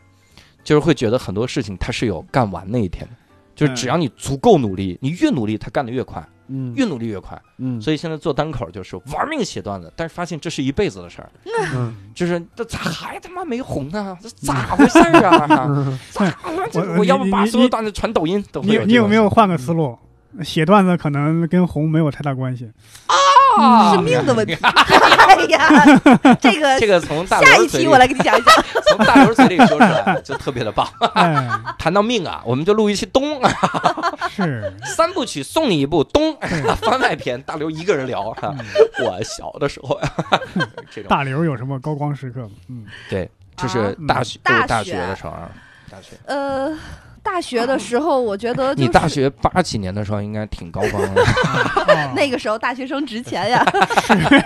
A: 就是会觉得很多事情它是有干完那一天的，就是只要
C: 嗯
A: 你足够努力，你越努力它干得越快，
B: 嗯
A: 越努力越快，
B: 嗯，
A: 所以现在做单口就是玩命写段子，但是发现这是一辈子的事儿，
B: 嗯
A: 就是这咋还他妈没红呢？这咋回事儿啊？
B: 嗯
A: 咋了？这
C: 哎我
A: 我要不
C: 你
A: 把
C: 你
A: 所有
C: 你
A: 段子传抖音？都会
C: 你
A: 这
C: 你有
A: 种
C: 没有
A: 事
C: 换个思路？写段子可能跟红没有太大关系，
A: 啊
D: 生命的 问题。哎呀，这个
A: 这个从大
D: 啊下
A: 刘
D: 一
A: 嘴
D: 期
A: 里
D: 我来给你讲一 讲。
A: 从大刘嘴里说出来就特别的棒。
C: 哎，
A: 谈到命啊，我们就录一期东啊，
C: 是，
A: 三部曲送你一部东
C: 对
A: 番外篇，大刘一个人聊。哈
C: 嗯
A: 我小的时候， 这种
C: 大刘有什么高光时刻吗？嗯，
A: 就是大学
D: 啊
A: 大
D: 大
A: 学
D: 学
A: 的时候，啊，大学。
D: 呃，大学的时候，我觉得就
A: 你
D: 是
A: 大学八几年的时候应该挺高光的，
C: 啊
D: 那个时候大学生值钱呀。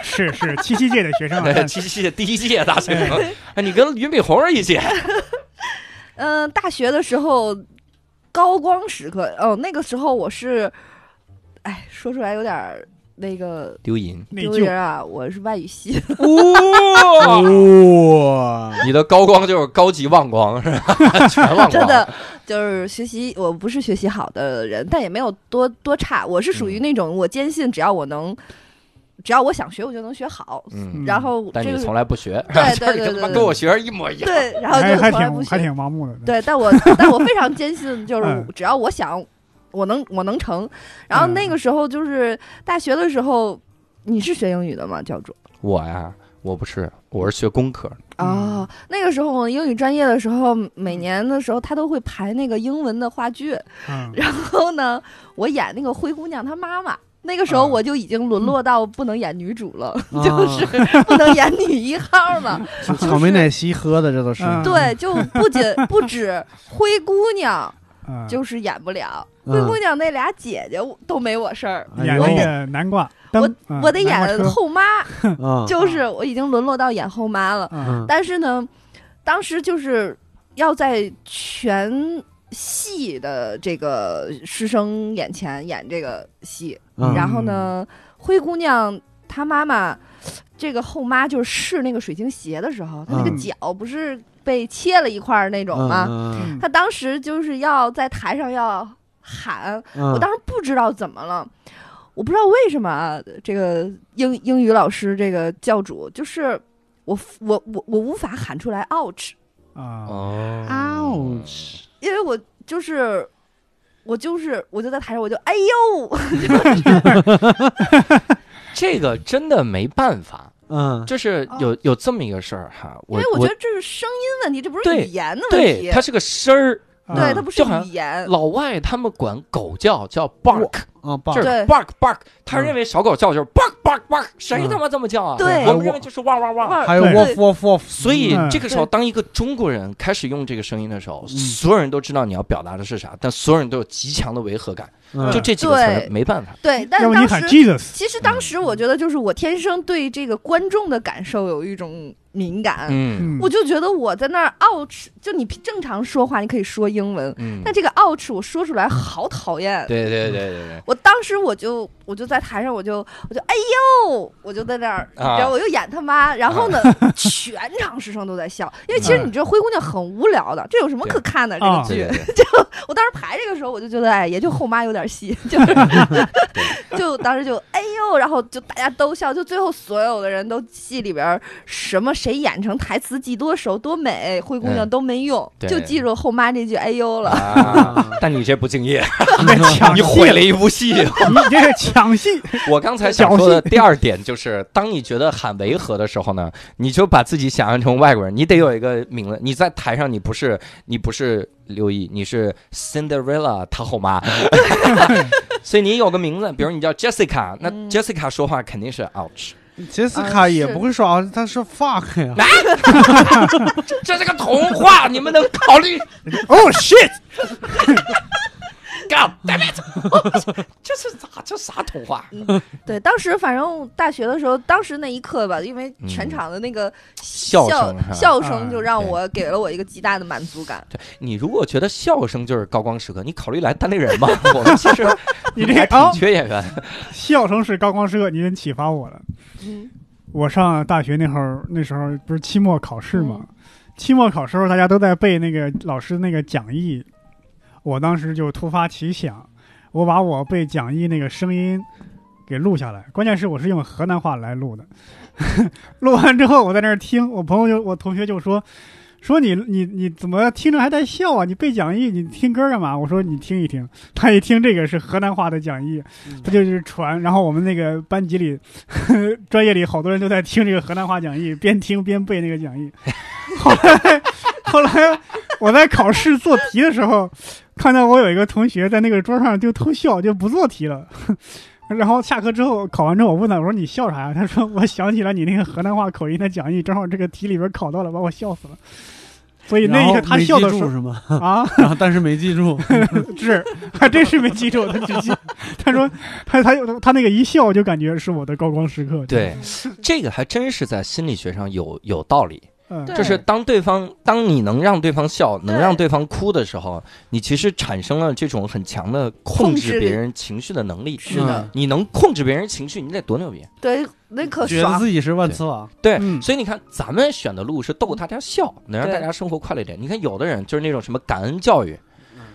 C: 是是七七届的 学生啊，
A: 对
C: 但
A: 七七届第一届大学生，哎，你跟俞敏洪是一届，
D: 嗯、大学的时候高光时刻，哦，那个时候我是，哎，说出来有点儿那个
A: 刘莹，
C: 内
D: 丢人
C: 疚，
D: 啊，我是外语系的。
A: 哇，
B: 哇，
A: 你的高光就是高级忘光是 吧？全忘光，
D: 真的就是学习，我不是学习好的人，但也没有多多差。我是
A: 嗯
D: 属于那种我坚信，只要我能，只要我想学，我就能学好。
A: 嗯，
D: 然后
A: 但
D: 这
A: 你
D: 个
A: 从来不学，
D: 对
A: 就是
D: 对对
A: 跟他妈
D: 对
A: 跟我学生一模一 样。
D: 对，然后
C: 还
D: 就
C: 还
D: 从来不
C: 挺还
D: 学。
C: 挺盲目的，
D: 对， 但我但我非常坚信，就是
C: 嗯
D: 只要我想，我能我能成。然后那个时候就是大学的时候，你是学英语的吗，教主？
A: 我呀，我不是，我是学工科，
C: 嗯
D: 哦，那个时候我英语专业的时候，每年的时候他都会排那个英文的话剧，
C: 嗯，
D: 然后呢，我演那个灰姑娘她妈妈。那个时候
C: 啊
D: 我就已经沦落到不能演女主了，就是不能演女一号了。
B: 啊草莓奶昔喝的，这都是
C: 嗯
D: 对，就不仅不止灰姑娘
C: 嗯
D: 就是演不了，
B: 嗯
D: 灰姑娘那俩姐姐都没我事儿，
B: 哎
C: 演
B: 呦
C: 那个南瓜灯，嗯
D: 我得
C: 南
D: 演
C: 瓜车
D: 后妈，
B: 啊，
D: 就是我已经沦落到演后妈了。
C: 嗯
D: 但是呢，当时就是要在全系的这个师生眼前演这个戏，
B: 嗯
D: 然后呢，灰姑娘她妈妈这个后妈就是试那个水晶鞋的时候，她那个
C: 嗯
D: 脚不是被切了一块儿那种吗？
B: 嗯
C: 嗯
D: 她当时就是要在台上要喊，
B: 嗯
D: 我当时不知道怎么了，我不知道为什么啊，这个英英语老师这个教主就是我我我我无法喊出来 ouch，
C: 啊，
B: 嗯
A: 哦
B: ，ouch，
D: 因为我就是我就是我就在台上我就哎呦，
A: 这个真的没办法，
B: 嗯，
A: 就是有有这么一个事儿哈，
D: 哦因
A: 我
D: 为我觉
A: 我
D: 得这是声音问题，这不是
A: 对
D: 语言的问
A: 对
D: 题，
A: 它是个声儿，
D: 对
B: 嗯
C: 啊
D: 它不是
A: 就好像
D: 语言，
A: 老外他们管狗叫叫 bark，
B: 啊，
A: 就是
B: 爸，
D: 对
A: bark bark，他
B: 嗯
A: 认为小狗叫就是 bark bark bark，谁
B: 嗯
A: 他妈这么叫啊？
D: 对
A: 我们认为就是汪汪汪。
D: 哇
B: 还有
C: 对
B: wolf wolf wolf，
A: 所以
C: 嗯
A: 这个时候，
D: 对
A: 当一个中国人开始用这个声音的时候，
B: 嗯
A: 所有人都知道你要表达的是啥，但所有人都有极强的违和感。
B: 嗯
A: 就这几个词儿
D: 对
A: 没办法。
D: 对，但
C: 要
D: 是
C: 不你
D: 当
C: 喊
D: 时嗯
C: Jesus，
D: 其实当时我觉得就是我天生对这个观众的感受有一种敏感，
A: 嗯
C: 嗯
D: 我就觉得我在那儿 ouch，就你正常说话，你可以说英文，
A: 嗯
D: 但这个 ouch 我说出来好讨厌。
A: 对对对对对，
D: 我当时我就我就在台上，我就我就哎呦，我就在那儿，
A: 啊
D: 然后我又演他妈，然后呢，全场师生都在笑，因为其实你知道灰姑娘很无聊的，这有什么可看的这个
C: 啊
A: 嗯对
D: 剧？
A: 对对
D: 我当时排这个时候，我就觉得哎，也就后妈有点戏，就是就当时就哎呦，然后就大家都笑，就最后所有的人都戏里边儿什么谁演成台词记多熟多美，灰姑娘
A: 嗯
D: 都没用，
A: 对
D: 就记住后妈这句哎呦了。
A: 啊！但你这不敬 业，
B: 啊
C: 抢
A: 你
C: 戏
A: 毁了一部戏。
C: 你这个抢戏，
A: 我刚才想说的第二点就是，当你觉得喊违和的时候呢，你就把自己想象成外国人，你得有一个名字。你在台上，你不是你不是刘毅，你是 Cinderella 她后 妈，所以你有个名字，比如你叫 Jessica，那
D: 嗯
A: Jessica 说话肯定是 ouch，
B: 杰斯卡也
D: 是
B: 不会说啊，他说 fuck 呀，
A: 这是个童话，你们能考虑
C: 哦 shit，
A: ？God damn it！这 是啥？这啥童话？
D: 对，当时反正大学的时候，当时那一刻吧，因为
A: 嗯
D: 全场的那个
A: 笑声是吧
D: 笑声就
C: 啊
D: 让
A: 对
D: 我给了我一个极大的满足感。
A: 对你如果觉得笑声就是高光时刻，你考虑来单立人吧。我们其实
C: 你这
A: 还
C: 个
A: 挺
C: 高
A: 缺演员。
C: 笑声是高光时刻，你真启发我了。
D: 嗯，
C: 我上大学那会儿，那时候不是期末考试吗？期末考试时候，大家都在背那个老师那个讲义，我当时就突发奇想，我把我背讲义那个声音给录下来。关键是我是用河 南话来录的，录完之后我在那儿听，我朋友就我同学就说。说你你你怎么听着还带笑啊？你背讲义，你听歌干嘛？我说你听一听。他一听这个是河南话的讲义，他就是传。然后我们那个班级里、 呵呵专业里好多人都在听这个河南话讲义，边听边背那个讲义。 后来后来我在考试做题的时候，看到我有一个同学在那个桌上就偷笑，就不做题了。 然后下课之后考完之后，我问他，我说你笑啥呀？他说我想起来你那个河南话口音的讲义，正好这个题里边考到了，把我笑死了。所以那一
B: 然后
C: 下他
B: 没
C: 笑
B: 记
C: 的
B: 住
C: 时候
B: 是吗？
C: 啊，
B: 然后但是没记住，
C: 是 还真是没记住，他只记他说他他他那个一笑就感觉是我的高光时 刻。
A: 对，这个还真是在心理学上有有道理。
C: 嗯，
D: 对
A: 就是当对方当你能让对方笑，能
D: 对
A: 让对方哭的时候，你其实产生了这种很强的控
D: 控
A: 制
D: 制力
A: 别人情绪的能力。
D: 是
B: 嗯
D: 嗯的，
A: 你能控制别人情绪，你得多牛逼！
D: 对，那可
B: 觉得
D: 爽。
B: 自己是万磁王，
A: 对，
C: 嗯
A: 所以你看，咱们选的路是逗大家笑，能让
D: 对
A: 大家生活快乐一点。你看，有的人就是那种什么感恩教育，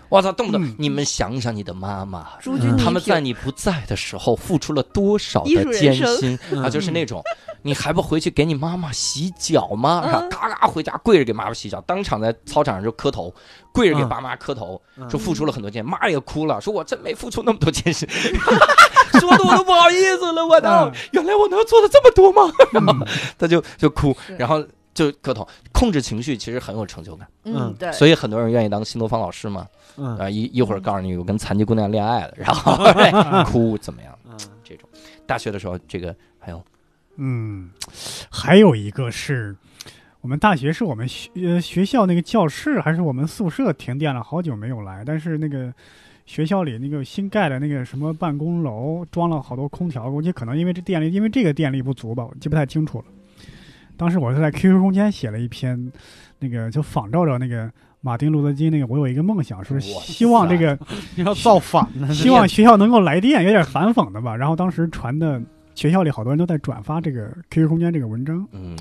A: 我操，动不动、
C: 嗯
A: 你们想想你的妈妈，
D: 朱军，
A: 他们在你不在的时候付出了多少
D: 艺术
A: 的
D: 人
A: 艰
D: 生
A: 辛啊！
B: 嗯
A: 就是那种，你还不回去给你妈妈洗脚吗？然后
D: 嗯
A: 嘎嘎回家跪着给妈妈洗脚，当场在操场上就磕头，跪着给
B: 嗯
A: 爸妈磕头，
B: 嗯
A: 说付出了很多艰辛，妈也哭了，说我真没付出那么多艰 辛，说的我都不好意思了，我操
C: 嗯，
A: 原来我能做的这么多吗？
C: 嗯
A: 他就就哭，
D: 是
A: 然后。就磕头，控制情绪其实很有成就感，
D: 嗯，对，
A: 所以很多人愿意当新东方老师嘛。
B: 嗯
A: 啊，一一会儿告诉你我跟残疾姑娘恋爱了，然后 哭怎么样？
B: 嗯
A: 这种大学的时候，这个还有
C: 嗯，还有一个是我们大学是我们学、呃、学校那个教室还是我们宿舍停电了，好久没有来，但是那个。学校里那个新盖的那个什么办公楼，装了好多空调，估计可能因为这电力，因为这个电力不足吧，我记不太清楚了。当时我是在 QQ 空间写了一篇，那个就仿照着那个马丁路德金那个，我有一个梦想，说是
A: 哇塞
C: 希望这个
B: 要造反呢，
C: 希望学校能够来电，有点反讽的吧。然后当时传的学校里好多人都在转发这个 QQ 空间这个文章。
A: 嗯，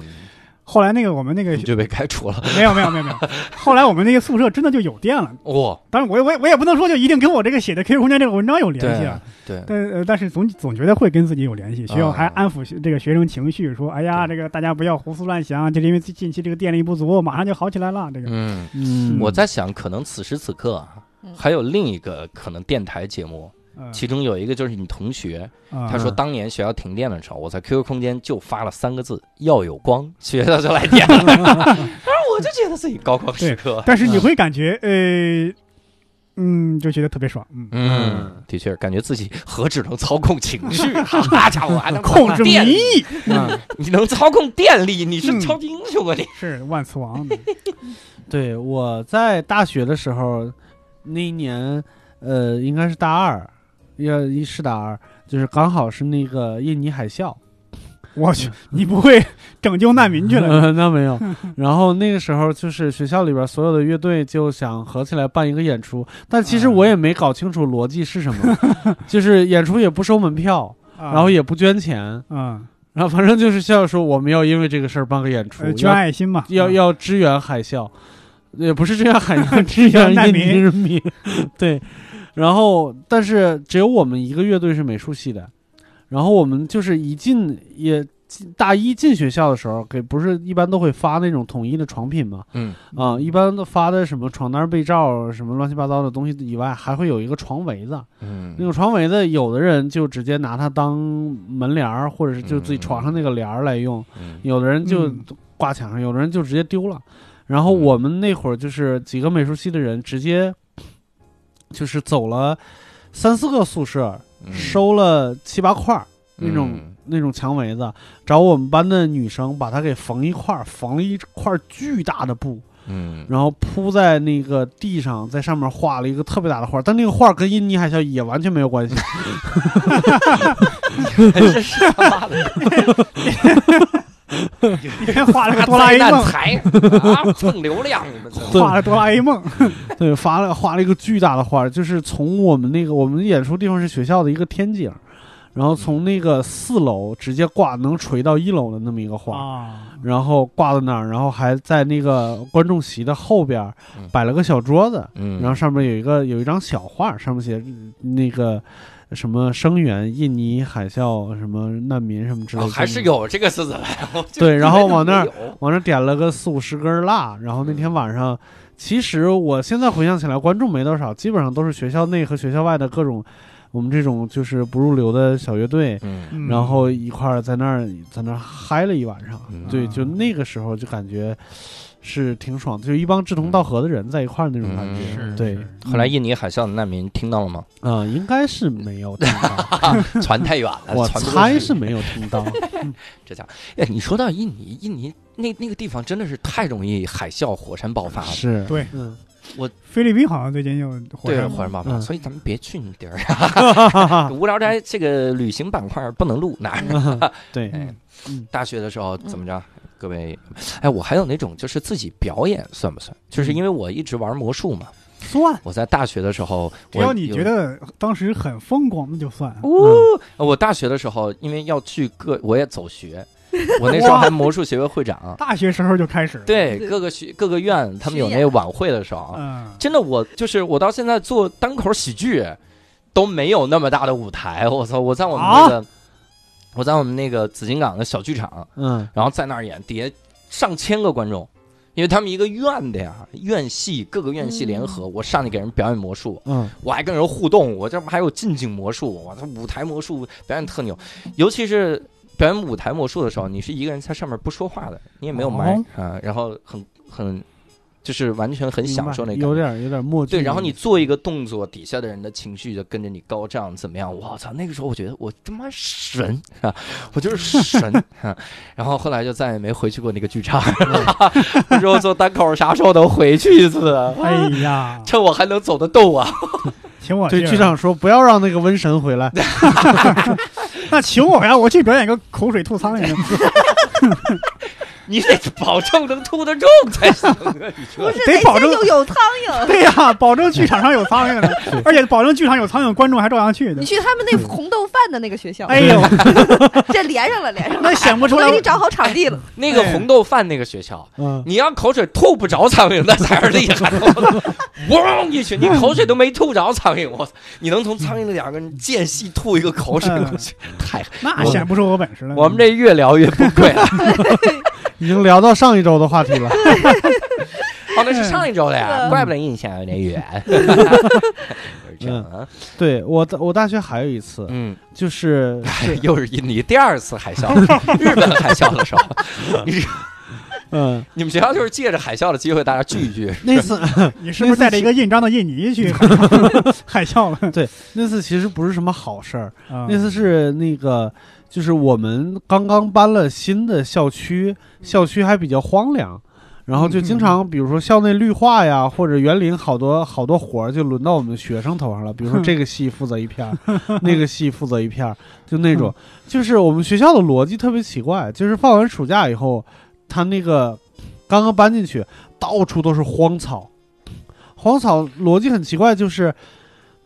C: 后来那个我们那个
A: 你就被开除了。
C: 没有没有没有没有，后来我们那个宿舍真的就有电了。
A: 哇，
C: 当然我也我也我也不能说就一定跟我这个写的 QQ 空间这个文章有联系
A: 对
C: 啊，
A: 对，
C: 但呃但是总总觉得会跟自己有联系。学校还
A: 啊
C: 安抚学这个学生情绪，说哎呀
A: 对
C: 这个大家不要胡思乱想，就是因为近期这个电力不足，马上就好起来了。这个
A: 嗯，
B: 嗯
A: 我在想，可能此时此刻啊
D: 嗯
A: 还有另一个可能电台节目，
C: 呃
A: 嗯其中有一个就是你同学，
C: 啊
A: 他说当年学校停电的时候，我在 QQ 空间就发了三个字“要有光”，学校就来电 了。当时我就觉得自己高光时刻。
C: 但是你会感觉呃嗯就觉得特别爽，嗯。
A: 嗯，的确，感觉自己何止能操控情 绪，好家伙，还能
C: 控制
A: 电
C: 民
A: 力
C: 意，嗯
A: 你能操控电力，你是
C: 嗯
A: 超级英雄啊！你
C: 是万磁王，
B: 对，我在大学的时候，那一年，呃，应该是大二，要一是大二，就是刚好是那个印尼海啸，
C: 我
B: 嗯
C: 去，你不会拯救难民去了？
B: 呃 那没 有。然后那个时候就是学校里边所有的乐队就想合起来办一个演出，但其实我
C: 嗯
B: 也没搞清楚逻辑是什么，就是演出也不收门 票，嗯
C: 然
B: 然后也不捐钱，
C: 啊，
B: 然后反正就是校友说我们要因为这个事儿办个演出，
C: 呃
B: 要
C: 捐爱心嘛，
B: 要
C: 嗯
B: 要支援海啸，也不是支援海啸，支
C: 援
B: 援
C: 难
B: 印
C: 民
B: 尼人民。对，然后但是只有我们一个乐队是美术系的，然后我们就是一进也进大一进学校的时候，给不是一般都会发那种统一的床品嘛，
A: 嗯
B: 啊、一般都发的什么床单、被罩啊什么乱七八糟的东西以外，还会有一个床围子。
A: 嗯
B: 那个床围子，有的人就直接拿它当门帘儿，或者是就自己
A: 嗯
B: 床上那个帘儿来用。
A: 嗯
B: 有的人就
C: 嗯
B: 挂墙上，有的人就直接丢了。然后我们那会儿就是几个美术系的人，直接就是走了三四个宿舍，
A: 嗯
B: 收了七八块儿那种、
A: 嗯
B: 那种墙围子，找我们班的女生把它给缝一块儿，缝了一块儿巨大的布，
A: 嗯
B: 然后铺在那个地上，在上面画了一个特别大的画儿，但那个画儿跟印尼海啸也完全没有关系。
A: 这是他妈的
C: 你看 画了个哆啦 A 梦，
A: 才啊，蹭流量，你 们
B: 对
C: 画了哆啦 A 梦，
B: 对，发了画了一个巨大的画，就是从我们那个我们演出地方是学校的一个天井，然后从那个四楼直接挂能垂到一楼的那么一个 画，
C: 啊，
B: 然后挂在那儿，然后还在那个观众席的后边儿
A: 嗯
B: 摆了个小桌子，
A: 嗯
B: 然后上面有一个有一张小画，上面写嗯那个什么声援印尼海啸、什么难民什么之类
A: 哦
B: 的，
A: 还是有这个狮 子来，我就
B: 对然后
A: 以为
B: 往那儿
A: 没有
B: 往那点了个四五十根蜡，然后那天晚上，其实我现在回想起来，观众没多少，基本上都是学校内和学校外的各种我们这种就是不入流的小乐队，
A: 嗯，
C: 嗯
B: 然后一块儿在那儿在那儿嗨了一晚上。
A: 嗯
B: 对，就那个时候就感觉是挺爽的，就一帮志同道合的人在一块儿那种
A: 嗯
B: 感觉。
C: 是
B: 对
C: 是，
A: 后来印尼海啸的难民听到了 吗？
B: 啊、应该是没有听到，
A: 传太远了，
B: 我
A: 传不过
B: 猜
A: 去
B: 是没有 听到。
A: 这家伙。哎，你说到印尼，印尼那那个地方真的是太容易海啸、火山爆发了，
B: 是，
C: 对，
B: 嗯，
C: 菲律宾好像最近又火
A: 对
C: 山
A: 火山爆发，
B: 嗯
A: 所以咱们别去那地儿。啊 无聊斋这个旅行板块不能录哪儿？
B: 对，
A: 哎
B: 嗯，
A: 大学的时候怎么着？各位，哎，我还有那种就是自己表演算不算？
B: 嗯
A: 就是因为我一直玩魔术嘛，
B: 算
A: 我在大学的时候，
C: 只
A: 我
C: 要你
A: 有
C: 觉得当时很风光，那就算。
A: 哦，我大学的时候，因为要去各，我也走学，我那时候还魔术学会会长，
C: 大学时候就开始了，
A: 对
D: 对
A: 各个学各个院他们有
D: 巡
A: 那
D: 演
A: 晚会的时候，
C: 嗯，
A: 真的我就是我到现在做单口喜剧都没有那么大的舞台，我操！我在我们
C: 啊
A: 那个、我在我们那个紫金港的小剧场，
B: 嗯，
A: 然后在那儿演，底下上千个观众。因为他们一个院的呀，院系各个院系联合，
D: 嗯
A: 我上去给人表演魔术，
B: 嗯，
A: 我还跟人互动，我这不还有近景魔术，我操，舞台魔术表演特牛，尤其是表演舞台魔术的时候，你是一个人在上面不说话的，你也没有麦
C: 哦
A: 啊、然后很很就是完全很
B: 明
A: 享
B: 白
A: 受那感觉
B: 有，点有点默剧。
A: 对，然后你做一个动作，底下的人的情绪就跟着你高涨，怎么样？我操！那个时候我觉得我他妈神 啊，我就是 神啊。然后后来就再也没回去过那个剧场。 我说我做单口，啥时候能回去一次啊？
C: 哎 呀，
A: 趁我还能走得动啊！
C: 请我
B: 对
C: 去
B: 局长说不要让那个瘟神回 来。
C: 那请我呀，我去表演个口水吐苍 蝇，
A: 你得保证能吐得住才行啊！你
D: 不
A: 这
D: 是
C: 得
D: 哪
C: 保
D: 天
C: 证
D: 就有苍蝇。
C: 对呀，保证剧场上有苍 蝇
B: 是
C: 的，而且保证剧场有苍蝇，观众还照样去的
D: 你。去他们那红豆饭的那个学校，
C: 哎呦，
D: 这连上了，连上了。
C: 那想不出
D: 我
C: 来
D: 给，你找好场地了，
A: 那个红豆饭那个学校，
B: 嗯，
A: 你让口水吐不着苍蝇，那才是厉害。 嗡一去，你口水都没吐着苍蝇，我操！你能从苍蝇的两个间隙吐一个口水过去，太
C: 那显不出我本事来。
A: 嗯我们这越聊越崩溃了。
B: 已经聊到上一周的话题了。
A: 哦，那是上一周的呀，
D: 嗯
A: 怪不得印象有点 远。就是这样啊，
B: 对我大，我大学还有一次，
A: 嗯，
B: 就是
A: 哎又是印尼第二次海啸，日本海啸的时候，
B: 嗯，
A: 你们学校就是借着海啸的机会，大家聚一聚。
B: 那次
C: 你是不是带着一个印章的印尼去 海啸海啸了？
B: 那次其实不是什么好事儿，
C: 啊
B: 那次是那个。就是我们刚刚搬了新的校区，校区还比较荒凉，然后就经常，比如说校内绿化呀，或者园林，好多好多活儿就轮到我们学生头上了。比如说这个系负责一片儿， 那个系负责一片儿，就那种，就是我们学校的逻辑特别奇怪，就是放完暑假以后，他那个刚刚搬进去，到处都是荒草，荒草逻辑很奇怪，就是。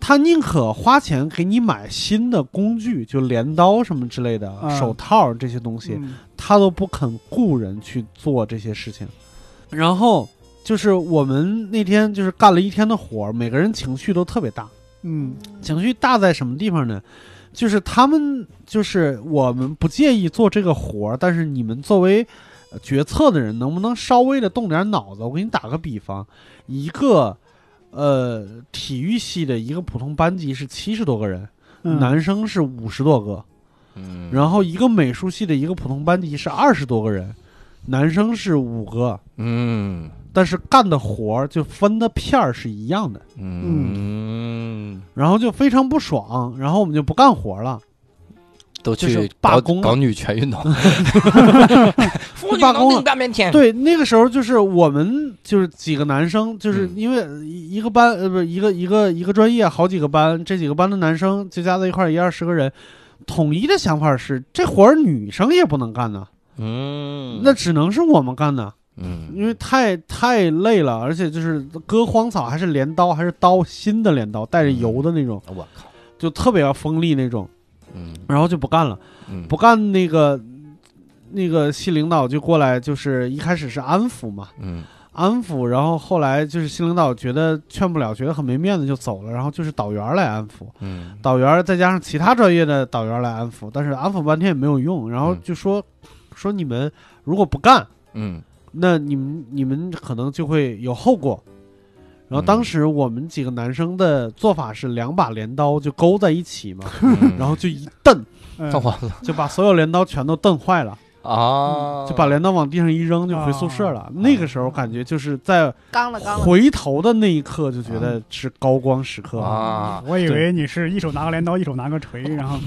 B: 他宁可花钱给你买新的工具，就镰刀什么之类的、
C: 嗯
B: 手套这些东西，
C: 嗯
B: 他都不肯雇人去做这些事情。
C: 嗯
B: 然后就是我们那天就是干了一天的活儿，每个人情绪都特别大。
C: 嗯，
B: 情绪大在什么地方呢？就是他们就是我们不介意做这个活儿，但是你们作为呃决策的人，能不能稍微的动点脑子？我给你打个比方，一个呃体育系的一个普通班级是七十多个人，
C: 嗯
B: 男生是五十多个，
A: 嗯
B: 然后一个美术系的一个普通班级是二十多个人，男生是五个，
A: 嗯
B: 但是干的活儿就分的片儿是一样的，
A: 嗯，
B: 然后就非常不爽，然后我们就不干活了，
A: 都
B: 就
A: 去
B: 是罢
A: 搞
B: 工了
A: 搞女权 运动，妇女
B: 罢工
A: 能
B: 了
A: 顶大半 天。
B: 对，那个时候就是我们就是几个男生，就是
A: 嗯
B: 因为一一个班呃不是一个一个一个专业好几个班，这几个班的男生就加在一块儿一二十个人，统一的想法是这活儿女生也不能干呢，
A: 嗯，
B: 那只能是我们干呢，
A: 嗯，
B: 因为太太累了，而且就是割荒草还是镰刀还是刀新的镰刀带着油的那种，
A: 我靠，
B: 就特别要锋利那种，
A: 嗯
B: 然后就不干了。
A: 嗯
B: 不干那个那个系领导就过来，就是一开始是安抚嘛，
A: 嗯
B: 安抚，然后后来就是新领导觉得劝不了，觉得很没面子就走了，然后就是导员儿来安抚，
A: 嗯，
B: 导员儿再加上其他专业的导员儿来安抚，但是安抚半天也没有用，然后
A: 嗯
B: 就说、说你们如果不干，
A: 嗯
B: 那你们你们可能就会有后果。然后当时我们几个男生的做法是两把镰刀就勾在一起嘛，
A: 嗯，
B: 然后就一蹬，
C: 嗯
A: 看完了
B: 就把所有镰刀全都蹬坏了，
A: 啊，
B: 嗯就把镰刀往地上一扔就回宿舍了。那个时候感觉就是在
D: 刚了刚了，
B: 回头的那一刻就觉得是高光时刻。
A: 啊，
C: 我以为你是一手拿个镰刀，一手拿个锤，然后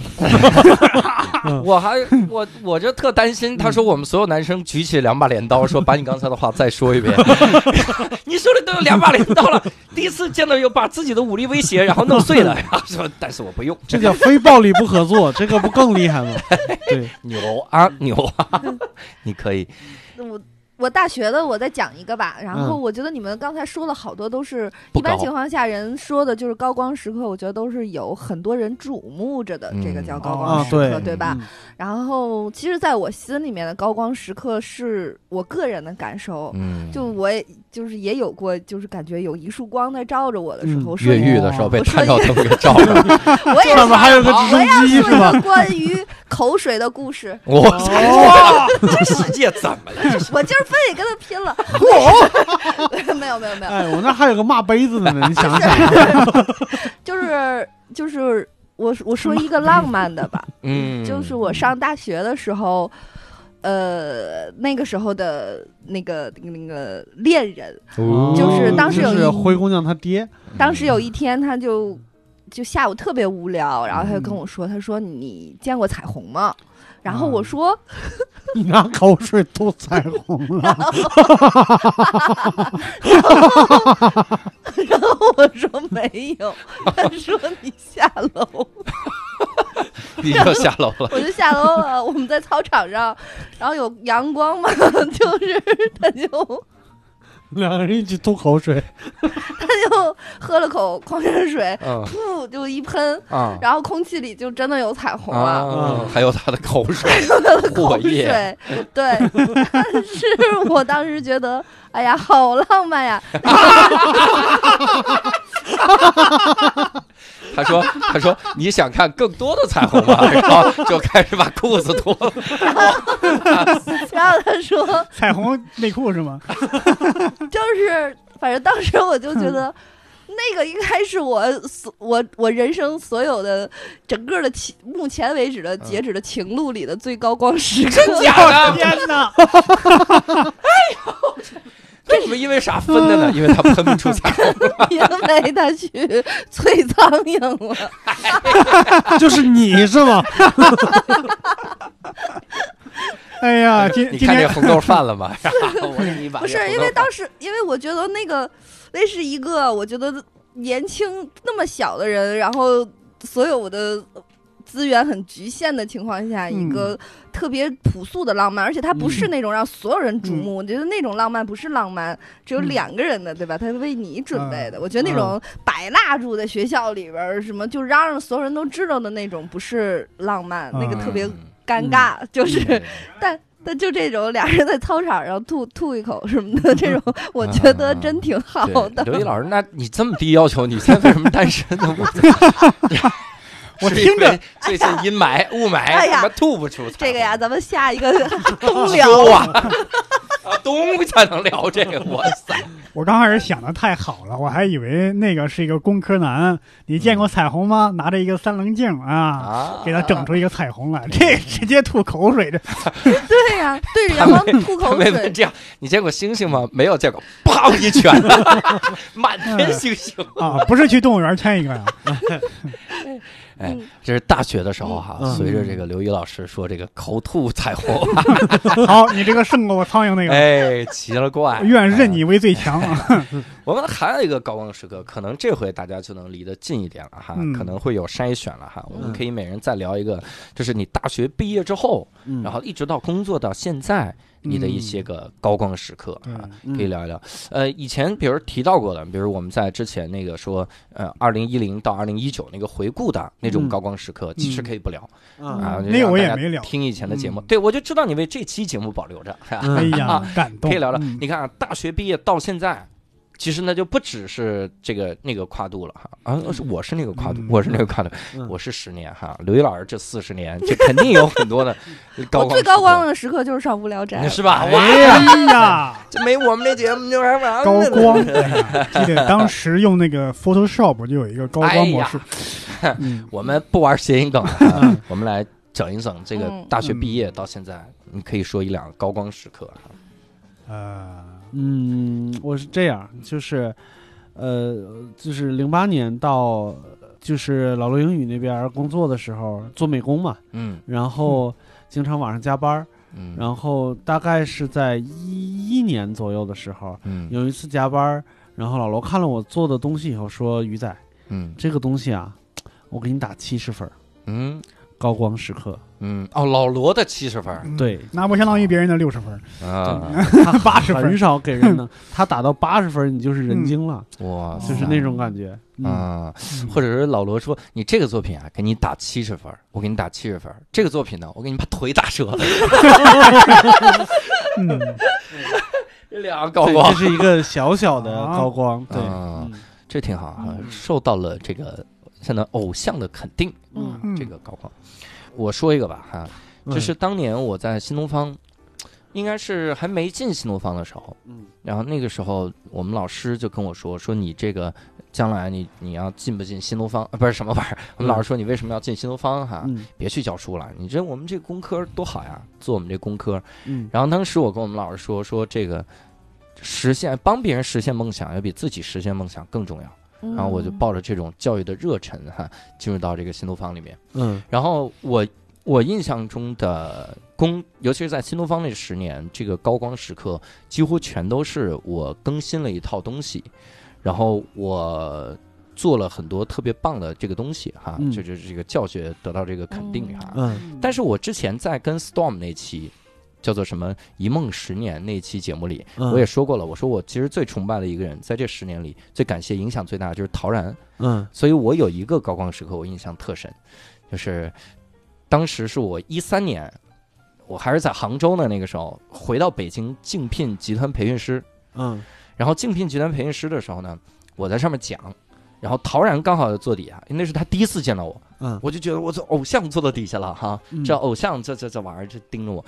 B: 嗯
A: 我还我我就特担心，他说我们所有男生举起两把镰刀，说把你刚才的话再说一 遍。你手里都有两把镰刀了，第一次见到有把自己的武力威胁然后弄碎了，然后说但是我不用，
B: 这叫非暴力不合作， 这个不更厉害吗？对，
A: 牛啊牛啊， 你可以，
D: 我我大学的我再讲一个吧，然后
B: 嗯
D: 我觉得你们刚才说了好多都是
A: 不
D: 一般
A: 高
D: 情况下人说的就是高光时刻，我觉得都是有很多人瞩目着的，这个
A: 嗯
D: 叫高
C: 啊
D: 光时刻，
B: 对
D: 对吧？然后其实在我心里面的高光时刻是我个人的感受。
A: 嗯，
D: 就我也就是也有过，就是感觉有一束光在照着我的时候，说哦
A: 越
D: 一
A: 狱的时候被 探照灯给照了，
D: 我也
B: 上面还有个直
D: 我
B: 升
D: 要
B: 机
D: 说
B: 是吧？
D: 一个关于口水的故事，
A: 我哇，这世界怎么了？
D: 我今儿非得跟他拼了。
A: 哦
D: 没有没有没有，
B: 哎，我那还有个骂杯子的呢，你想想，
D: 就是就是我我说一个浪漫的吧，
A: 嗯，
D: 就是我上大学的时候，呃，那个时候的那个那个恋人，
A: 哦
D: 就是当时有一
B: 就是灰姑娘她爹，
D: 哦
A: 嗯
D: 当时有一天他就就下午特别无聊，然后他就跟我说，他说你见过彩虹吗？然后我说，
B: 你拿口水吐彩虹了，
D: 然后我说没有，他说你下楼，
A: 你就下楼了，
D: 我就下楼了。我们在操场上，然后有阳光嘛， 就是他就
B: 两个人一起吐口水，
D: 他 就喝了口矿泉水，
A: 嗯
D: 噗就一喷，
A: 啊
D: 然后嗯空气里就真的有彩虹了，
A: 啊，还有他的口 水，
D: 口
A: 唾液，
D: 水。对， 但是我当时觉得，哎呀，好浪漫呀！
A: 他说：“他说你想看更多的彩虹吗？” 然后就开始把裤子脱了。
D: 然后他说，
C: 彩虹内裤是吗？
D: 就是反正当时我就觉 得。那个应该是我所我我人生所有的整个的情，目前为止的截止的情路里的最高光 时刻。
A: 嗯真假的？
C: 天哪！
A: 为什么因为啥分的呢？因为他喷不出彩虹。
D: 因为他去 催苍蝇了，
B: 就是你是吗？
C: 哎呀， 今
A: 你
C: 今
A: 看这
C: 天
A: 红豆犯 了吗？我给你把
D: 不是因为当时，因为我觉得那个那是一个我觉得年轻那么小的人，然后所有我的资源很局限的情况下，
C: 嗯
D: 一个特别朴素的浪漫，而且它不是那种让所有人瞩目。我觉得那种浪漫不是浪漫，只有
C: 嗯
D: 两个人的，对吧？他为你准备的。
C: 嗯
D: 我觉得那种摆蜡烛在学校里边儿，什么就嚷嚷所有人都知道的那种，不是浪漫，那个特
C: 嗯
D: 别尴尬，就是。
A: 嗯
D: 但但就这种俩人在操场上吐吐一口什么的，这 种我
A: 啊
D: 觉得真挺好的。
A: 刘毅老师，那你这么低要求，你现在为什么单身呢？
C: 我听着
A: 最近阴霾、雾
D: 哎
A: 霾，
D: 呀
A: 怎么吐不出彩虹？
D: 这个呀，咱们下一个 东
A: 说
D: 聊。
A: 啊，啊东才能聊这个。哇塞，
C: 我刚开始想的太好了，我还以为那个是一个工科男。你见过彩虹吗？拿着一个三棱镜啊，
A: 啊
C: 给他整出一个彩虹来，这直接吐口水，这
D: 对呀、对着阳光吐
A: 他
D: 口
A: 没问
D: 水，
A: 这样，你见过星星吗？没有见过，啪一拳， 满天星星。
C: 啊，不是去动物园牵一个呀？
A: 哎
D: 嗯，
A: 这是大学的时候哈，
B: 嗯
A: 随着这个刘一老师说这个口吐彩虹，
C: 好，你这个胜过我苍蝇那个，
A: 哎，奇了 怪，
C: 愿认你为最强啊！
A: 我们还有一个高光时刻，可能这回大家就能离得近一点了哈，
C: 嗯
A: 可能会有筛选了哈。我们
B: 嗯
A: 可以每人再聊一个，就是你大学毕业之后，
B: 嗯
A: 然后一直到工作到现在，你的一些个高光时刻啊。
C: 嗯
A: 可以聊一聊。呃，以前比如提到过的，比如我们在之前那个说，呃，二零一零到二零一九那个回故的那种
B: 嗯
A: 高光时刻，其实可以不聊
B: 啊，
A: 啊。就
C: 嗯那
A: 让
C: 我也
A: 大家
C: 没聊
A: 听以前的节目，
B: 嗯
A: 对我就知道你为这期节目保留着，
B: 嗯
C: 哎呀，感动，
A: 可以聊聊。
C: 嗯
A: 你看啊，大学毕业到现在，其实那就不只是这个那个跨度了哈啊，是我是那个跨度，
C: 嗯
A: 我是那个跨度，
B: 嗯
A: 我是十年哈，刘烨老师这四十年，这肯定有很多的高
D: 我
A: 光
D: 最
A: 时
D: 高
A: 刻
D: 光的时刻就是上无聊斋了，
A: 是吧？哇，
C: 哎呀，
A: 这没我们这节目就玩完了
C: 高光，哎呀记得当时用那个 Photoshop 就有一个高光模式，
A: 哎
C: 嗯，
A: 我们不玩谐音梗了啊，我们来整一整这个
D: 嗯
A: 大学毕业到现在，你可以说一两个高光时刻啊。
C: 呃，
B: 嗯，我是这样，就是，呃，就是零八年到就是老罗英语那边儿工作的时候，做美工嘛，
A: 嗯
B: 然后经常晚上加班儿，
A: 嗯
B: 然后大概是在一一年左右的时候，
A: 嗯
B: 有一次加班儿，然后老罗看了我做的东西以后说：“鱼仔，
A: 嗯
B: 这个东西啊，我给你打七十分儿，
A: 嗯
B: 高光时刻。
A: 嗯，哦，老罗的七十分儿
C: 嗯
B: 对
C: 那不相当于别人的六十分，
A: 啊，
B: 他
C: 80分 儿
B: 很少给人呢，他打到八十分儿，你就是人精了，
A: 哇塞，
B: 就是那种感觉。嗯，
A: 啊，
C: 嗯
A: 或者是老罗说你这个作品啊，给你打七十分儿，我给你打七十分儿。这个作品呢，我给你把腿打 折了，
C: 嗯，
A: 这两个高
B: 对，
A: 光
B: 这，是一个小小的
C: 啊
B: 高光。对，
A: 啊
B: 嗯
A: 这挺好啊，
B: 嗯
A: 受到了这个现在偶像的肯定，
D: 嗯
C: 嗯
A: 这个高光。我说一个吧哈，
B: 嗯
A: 这是当年我在新东方，应该是还没进新东方的时候，
B: 嗯
A: 然后那个时候我们老师就跟我说，说你这个将来你你要进不进新东方 啊？不是什么玩意儿，我们老师说你为什么要进新东方哈？
B: 嗯
A: 别去教书了，你这我们这工科多好呀，做我们这工科。
B: 嗯
A: 然后当时我跟我们老师说，说这个实现帮别人实现梦想，要比自己实现梦想更重要。然后我
D: 嗯
A: 就抱着这种教育的热忱哈，进入到这个新东方里面。
B: 嗯
A: 然后我我印象中的工，尤其是在新东方那十年，这个高光时刻几乎全都是我更新了一套东西，然后我做了很多特别棒的这个东西哈，
B: 嗯
A: 就是这个教学得到这个肯定哈。
B: 嗯
A: 但是我之前在跟 Storm 那期。叫做什么“一梦十年”那期节目里，
B: 嗯
A: 啊我也说过了。我说我其实最崇拜的一个人，在这十年里最感谢、影响最大的就是陶然。
B: 嗯
A: 所以我有一个高光时刻我印象特深，就是当时是我一三年，我还是在杭州呢，那个时候回到北京竞聘集团培训师，
B: 嗯
A: 然后竞聘集团培训师的时候呢，我在上面讲。然后陶然刚好在坐底下，那是他第一次见到我，
B: 嗯
A: 我就觉得我这偶像坐到底下了哈，
B: 嗯
A: 这偶像这这这玩意儿就盯着我。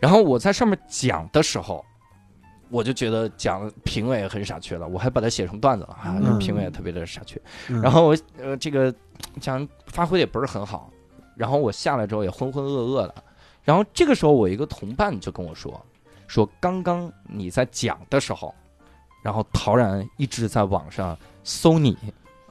A: 然后我在上面讲的时候，我就觉得讲评委很傻缺了，我还把它写成段子了啊，这
B: 嗯
A: 评委也特别的傻缺。
B: 嗯
A: 然后我呃这个讲发挥得也不是很好，然后我下来之后也浑浑噩噩的，然后这个时候我一个同伴就跟我说，说刚刚你在讲的时候，然后陶然一直在网上搜你，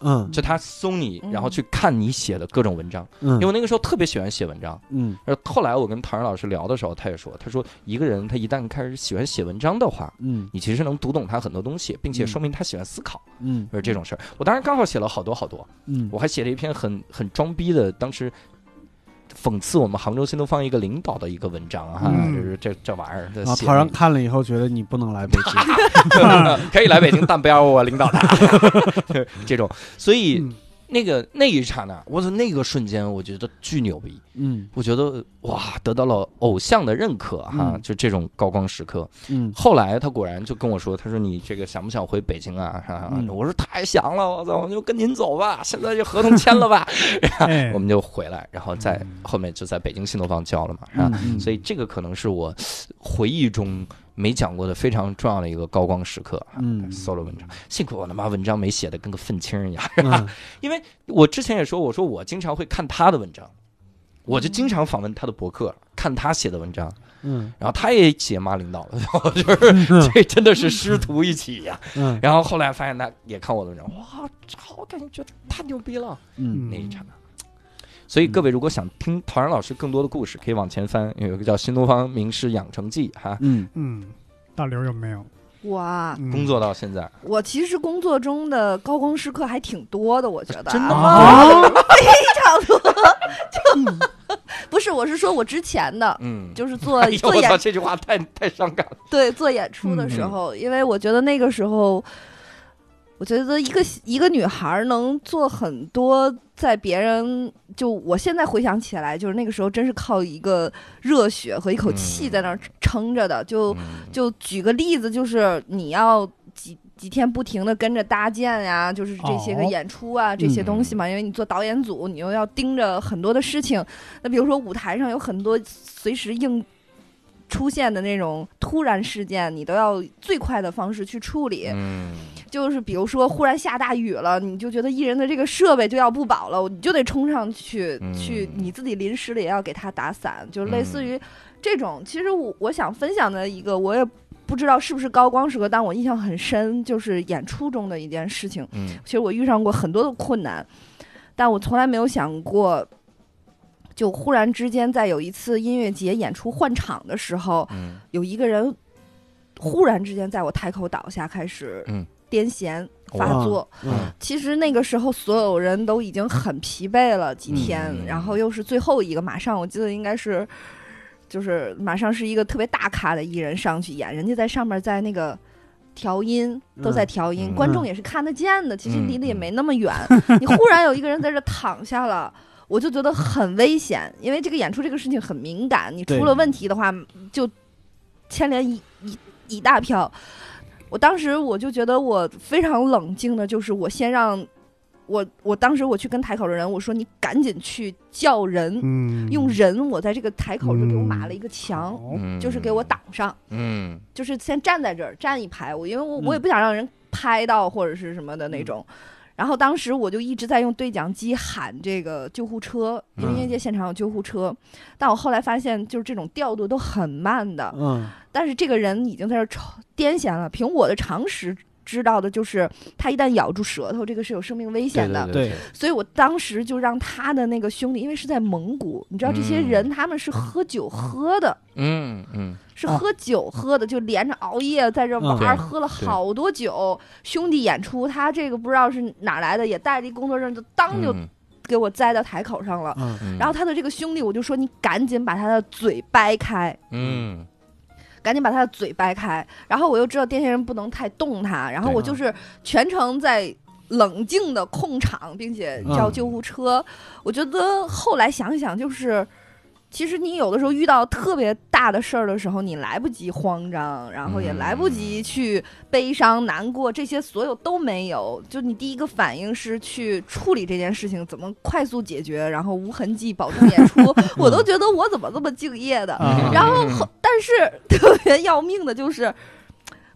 B: 嗯
A: 就他搜你，然后
D: 嗯
A: 去看你写的各种文章，
B: 嗯
A: 因为我那个时候特别喜欢写文章。
B: 嗯
A: 而后来我跟陶然老师聊的时候，他也说，他说一个人他一旦开始喜欢写文章的话，
B: 嗯
A: 你其实能读懂他很多东西，并且
B: 嗯
A: 说明他喜欢思考，
B: 嗯
A: 就是这种事儿。我当时刚好写了好多好多，
B: 嗯
A: 我还写了一篇很很装逼的，当时讽刺我们杭州新东方一个领导的一个文章哈、
C: 嗯
A: 就是这这玩意儿。这
B: 啊，
A: 写
B: 陶然
A: 的
B: 看了以后觉得你不能来北 京，
A: 可以来北京，但不要我领导他 这种。所以、
C: 嗯
A: 那个那一刹那，我操，那个瞬间，我觉得巨牛逼，
B: 嗯
A: 我觉得哇，得到了偶像的认可哈、
B: 嗯
A: 就这种高光时刻。
B: 嗯
A: 后来他果然就跟我说，他说你这个想不想回北京啊？哈哈
B: 嗯
A: 我说太想了，我操，我就跟您走吧，现在就合同签了吧。
C: 哎
B: 嗯
A: 我，们就回来，然后在
C: 嗯
A: 后面就在北京新东方教了嘛，是吧？
B: 嗯，
A: 所以这个可能是我回忆中没讲过的非常重要的一个高光时刻啊。
B: 嗯
A: solo 文章，幸亏我他妈文章没写的跟个愤青一样。
B: 嗯
A: 我之前也说，我说我经常会看他的文章，我就经常访问他的博客，看他写的文章，
B: 嗯
A: 然后他也写骂领导了， 我
D: 嗯
A: 就是这真的是师徒一起呀、
B: 嗯
A: 然后后来发现他也看我的文章，哇，好感觉太牛逼了。
B: 嗯
A: 那一嗯刹那。所以各位如果想听陶然老师更多的故事，可以往前翻，有一个叫《新东方名师养成记》哈，
B: 嗯
C: 嗯，大刘有没有
D: 哇，
C: 嗯
A: 工作到现在，
D: 我其实工作中的高光时刻还挺多的，我觉得
A: 真的
D: 啊
A: 吗？
D: 非常多。就不是，我是说我之前的，
A: 嗯，
D: 就是做
A: 哎呦
D: 做
A: 我
D: 演
A: 操，这句话太太伤感了。
D: 对做演出的时候，因为我觉得那个时候，我觉得一个一个女孩儿能做很多，在别人就我现在回想起来，就是那个时候真是靠一个热血和一口气在那儿撑着的。就
A: 嗯
D: 就举个例子，就是你要几几天不停的跟着搭建呀、就是这些个
C: 哦
D: 演出啊、这些东西嘛，因为你做导演组，你又要盯着很多的事情。那比如说舞台上有很多随时应出现的那种突然事件，你都要最快的方式去处理。
A: 嗯，
D: 就是比如说忽然下大雨了，你就觉得艺人的这个设备就要不保了，你就得冲上去、
A: 嗯
D: 去，你自己淋湿了也要给他打伞，就类似于这种。其实我我想分享的一个，我也不知道是不是高光时刻，但我印象很深，就是演出中的一件事情。
A: 嗯
D: 其实我遇上过很多的困难，但我从来没有想过，就忽然之间在有一次音乐节演出换场的时候，
A: 嗯
D: 有一个人忽然之间在我台口倒下，开始
A: 嗯
D: 癫痫发
B: 哇
D: 作。
B: 嗯
D: 其实那个时候所有人都已经很疲惫了几天，
A: 嗯
D: 然后又是最后一个，马上我记得应该是。就是马上是一个特别大咖的艺人上去演，人家在上面在那个调音，都在调音，
A: 嗯
D: 观众也是看得见的，其实
A: 嗯
D: 离得也
A: 嗯
D: 没那么远。你忽然有一个人在这躺下了，我就觉得很危险，因为这个演出这个事情很敏感，你
B: 对
D: 出了问题的话，就牵连一一一大票。我当时我就觉得我非常冷静的，就是我先让我我当时我去跟台口的人我说你赶紧去叫人，
C: 嗯，
D: 用人我在这个台口就给我码
C: 嗯
D: 了一个墙，
C: 好
A: 嗯，
D: 就是给我挡上。
A: 嗯，
D: 就是先站在这儿站一排，我因为我
B: 嗯
D: 我也不想让人拍到或者是什么的
A: 嗯
D: 那种。然后当时我就一直在用对讲机喊这个救护车，因为
A: 嗯
D: 音乐节现场有救护车。但我后来发现，就是这种调度都很慢的。
B: 嗯
D: 但是这个人已经在这儿抽癫痫了。凭我的常识知道的就是，他一旦咬住舌头，这个是有生命危
A: 对
D: 险的。
A: 对
B: 对，
D: 所以我当时就让他的那个兄弟，因为是在蒙古，你知道这些
A: 嗯
D: 人他们是喝酒喝的，
A: 嗯嗯，
D: 是
B: 哦
D: 喝酒喝的，就连着熬夜在这玩儿，
A: 嗯对
D: 喝了好多酒。兄弟演出，他这个不知道是哪来的，也带着一工作证，就当就
A: 嗯
D: 给我栽到台口上了。
B: 嗯
A: 嗯
D: 然后他的这个兄弟，我就说你赶紧把他的嘴掰开，
A: 嗯
D: 赶紧把他的嘴掰开。然后我又知道癫痫人不能太动他，然后
A: 对
D: 我就是全程在冷静的控场，并且叫救护车。我觉得后来想想，就是其实你有的时候遇到特别大的事儿的时候，你来不及慌张，然后也
A: 嗯
D: 来不及去悲伤、难过，这些所有都没有。就你第一个反应是去处理这件事情，怎么快速解决，然后无痕迹保证演出，我都觉得我怎么这么敬业的。
C: 啊，
D: 然
A: 嗯
D: 后后，但是 特别要命的就是，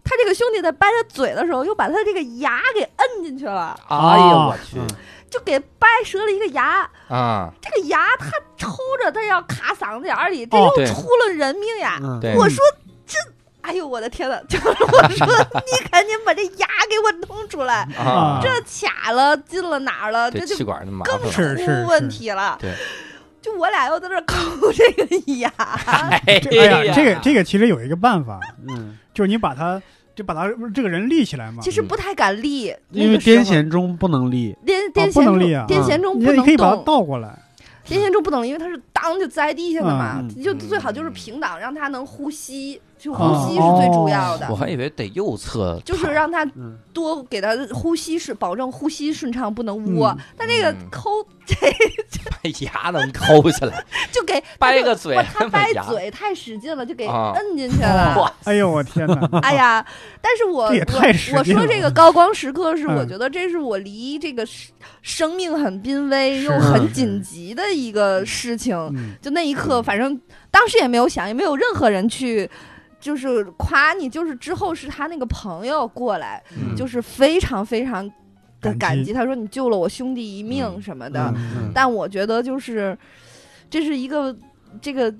D: 他这个兄弟在掰他嘴的时候，又把他这个牙给摁进去了，
A: 哎
C: 啊
A: 呦我去
D: 就给掰折了一个牙。
A: 啊！
D: 这个牙他抽着，他要卡嗓子眼儿里，这
C: 哦
D: 又
A: 对
D: 出了人命呀！
B: 嗯，
A: 对
D: 我说这，哎呦我的天呐！就是我说你赶紧把这牙给我弄出来，
A: 啊，
D: 这卡了进了哪儿了？
A: 对
D: 这就
A: 气管那麻烦
D: 更
A: 了，
C: 是是
D: 出问题了。
A: 对
D: 就我俩又在那儿抠这个牙，
C: 这哎呀，这个这
A: 个
C: 个其实有一个办法，
B: 嗯，
C: 就是你把他就把他这个人立起来嘛，
D: 其实不太敢立，
B: 因为
D: 那个时候
B: 癫痫中不能立，
D: 癫
C: 啊
D: 癫痫
C: 不
D: 中，
C: 能立啊
D: 癫痫中
C: 你
D: 不
C: 你
D: 能
C: 可以把他
D: 动，
C: 倒过 来，
D: 癫痫中不能，因为它是当就栽地下的嘛，
B: 嗯
D: 就最好就是平挡，让它能呼吸，就呼
C: 哦
D: 吸是最主要的，
A: 我还以为得右侧 躺，
D: 就是让它
B: 嗯，
D: 多给它呼吸顺，保证呼吸顺畅，不能窝。
C: 嗯
D: 但这个
A: 嗯
D: 抠
A: 把 牙能抠下来，
D: 就给
A: 掰个嘴
D: 哇 它
A: 把
D: 掰
A: 牙
D: 嘴太使劲了，就给
A: 啊
D: 摁进去了。
A: 哇
C: 哎呦我天哪，
D: 哎呀，但是我
C: 这也太使
D: 我我
C: 劲
D: 说
C: 了
D: 这个高光时刻是，
C: 嗯
D: 我觉得这是我离这个生生命很濒危
C: 是
D: 又很紧急的一个事情。
C: 嗯，
D: 就那一刻，反正当时也没有想，也没有任何人去就是夸你，就是之后是他那个朋友过来，
A: 嗯
D: 就是非常非常的
C: 感
D: 感
C: 激
D: 激，他说你救了我兄弟一命
A: 嗯
D: 什么的。
B: 嗯
D: 但我觉得就是这是一个这个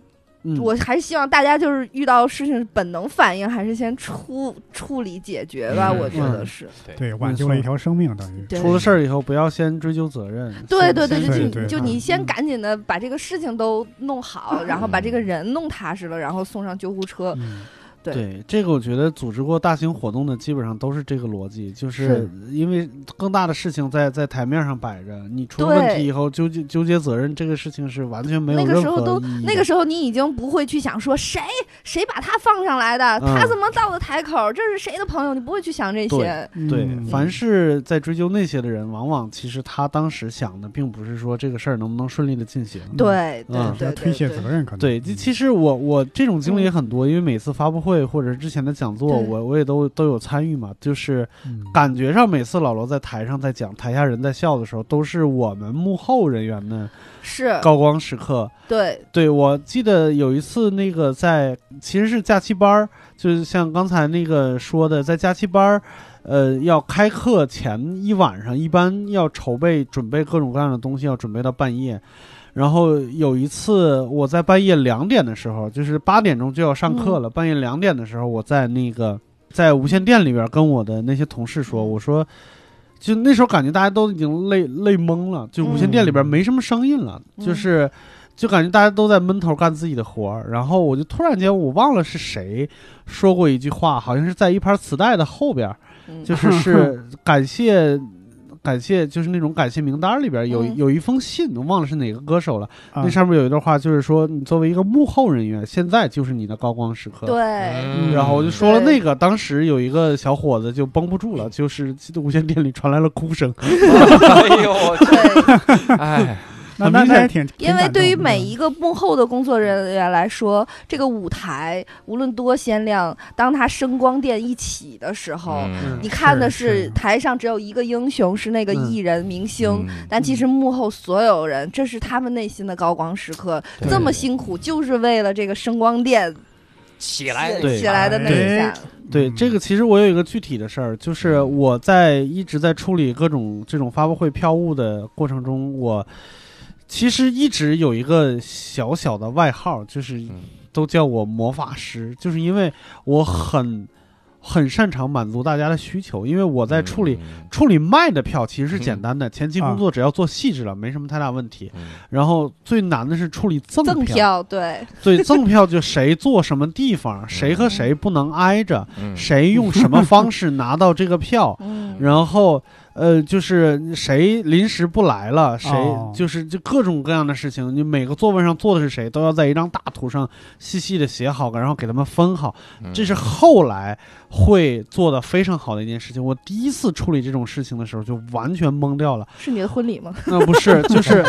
B: 嗯
D: 我还是希望大家就是遇到事情本能反应，还是先处处理解决吧。
A: 嗯
D: 我觉得是，
C: 对，挽救了一条生命，等于
D: 对
B: 出了事儿以后不要先追究责任，
D: 对
B: 先
D: 对
B: 先
D: 对，
C: 对
D: 就
C: 对
D: 你就
B: 嗯嗯
D: 你先赶紧的把这个事情都弄好，然后把这个人弄踏实了，然后送上救护车。
C: 嗯
D: 对
B: 对，这个我觉得组织过大型活动的基本上都是这个逻辑，就是
A: 是
B: 因为更大的事情在在台面上摆着，你出了
D: 对
B: 问题以后纠结纠结责任这个事情是完全没有
D: 那
B: 任
D: 个
B: 何
D: 时候都
B: 意义的
D: 那个时候你已经不会去想说谁谁把他放上来的，他
B: 嗯
D: 怎么到的台口，这是谁的朋友，你不会去想这
B: 对
D: 些。
B: 对，
C: 嗯
B: 凡是在追究那些的人，往往其实他当时想的并不是说这个事儿能不能顺利的进行。
D: 对对
B: 嗯
C: 是要
D: 对
C: 推卸
D: 对
C: 责
D: 对，
C: 任，可能
B: 对，其其实我我这种经历也很多，因为每次发布会或者是之前的讲座，
D: 对
B: 我我也都都有参与嘛。就是
C: 嗯
B: 感觉上每次老罗在台上在讲，台下人在笑的时候，都是我们幕后人员的
D: 是，
B: 高光时刻。
D: 对
B: 对，我记得有一次那个在其实是假期班儿，就是像刚才那个说的，在假期班儿，呃，要开课前一晚上，一般要筹备准备各种各样的东西，要准备到半夜。然后有一次我在半夜两点的时候，就是八点钟就要上课了，半夜两点的时候，我在那个在无线电里边跟我的那些同事说，我说。就那时候感觉大家都已经累累懵了，就无线电里边
C: 嗯
B: 没什么声音了，
D: 嗯
B: 就是就感觉大家都在闷头干自己的活儿，然后我就突然间我忘了是谁说过一句话，好像是在一盘磁带的后边儿，
D: 嗯
B: 就是 是感谢感谢，就是那种感谢名单里边儿有、
D: 嗯
B: 有一封信，我忘了是哪个歌手了，
C: 啊
B: 那上面有一段话，就是说你作为一个幕后人员，现在就是你的高光时刻。
A: 嗯
D: 对，
B: 然后 我就说了
D: 对
B: 那个，当时有一个小伙子就绷不住了，就是无线电里传来了哭声。
A: 哎呦，我去
D: 对，
A: 哎，
C: 那那
B: 很明
C: 那
B: 显
C: 还挺，挺
D: 因为
C: 感
D: 对于
C: 动
D: 每
C: 的
D: 一个幕后的工作人员来说，这个舞台无论多鲜亮，当它声光电一起的时候，
A: 嗯
D: 你看的
C: 是
D: 是
C: 是
D: 台上只有一个英雄是那个
B: 嗯
D: 艺人、明星，
A: 嗯
D: 但其实幕后所有人，这是他们内心的高光时刻。
A: 对
D: 这么辛苦，就是为了这个声光电
A: 起来
D: 起起来的那一下。
B: 对
C: 嗯
B: 这个，其实我有一个具体的事儿，就是我在一直在处理各种这种发布会票务的过程中，我其实一直有一个小小的外号，就是
A: 嗯
B: 都叫我魔法师，就是因为我很很擅长满足大家的需求，因为我在处
A: 嗯
B: 理、，处理卖的票其实是简单的，前期工作只要做细致了，没什么太大问题。
A: 嗯
B: 然后最难的是处理赠
D: 赠
B: 票
D: 票对，
B: 对赠票就谁坐什么地方，谁和谁不能挨着。
A: 嗯
B: 谁用什么方式拿到这 个票，
D: 嗯，
B: 然后呃，就是谁临时不来了，谁
C: 哦
B: 就是就各种各样的事情，你每个座位上坐的是谁，都要在一张大图上细细的写好，然后给他们分好。
A: 嗯
B: 这是后来会做的非常好的一件事情。我第一次处理这种事情的时候，就完全懵掉了。
D: 是你的婚礼吗？
B: 那、不是，就是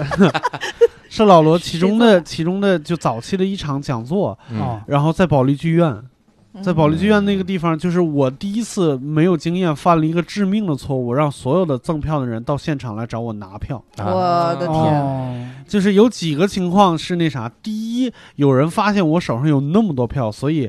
B: 是老罗其中
D: 谁做
B: 的
D: 的
B: 其中的就早期的一场讲座，
A: 嗯
C: 哦，
B: 然后在保利剧院。
D: 嗯
B: 在保利剧院那个地方，就是我第一次没有经验犯了一个致命的错误，让所有的赠票的人到现场来找我拿票。
D: 我的天
C: 哦，
B: 就是有几个情况是那啥，第一，有人发现我手上有那么多票，所以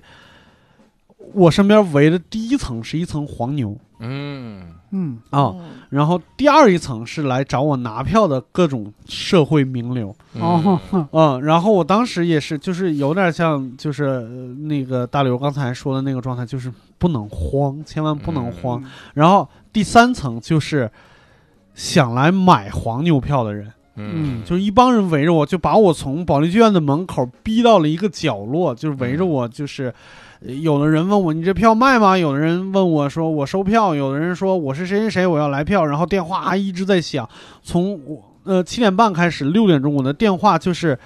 B: 我身边围的第一层是一层黄牛
A: 嗯
C: 嗯，
B: 啊、
D: 嗯
B: 然后第二一层是来找我拿票的各种社会名流。
C: 哦，
B: 嗯，然后我当时也是，就是有点像，就是、呃那个大刘刚才说的那个状态，就是不能慌，千万不能慌。
C: 嗯
B: 然后第三层就是想来买黄牛票的人，
A: 嗯，
B: 就是一帮人围着我，就把我从保利剧院的门口逼到了一个角落，就是围着我，就是。呃有的人问我你这票卖吗？有的人问我说我收票，有的人说我是谁谁谁我要来票，然后电话啊一直在响，从我呃七点半开始，六点钟我的电话就是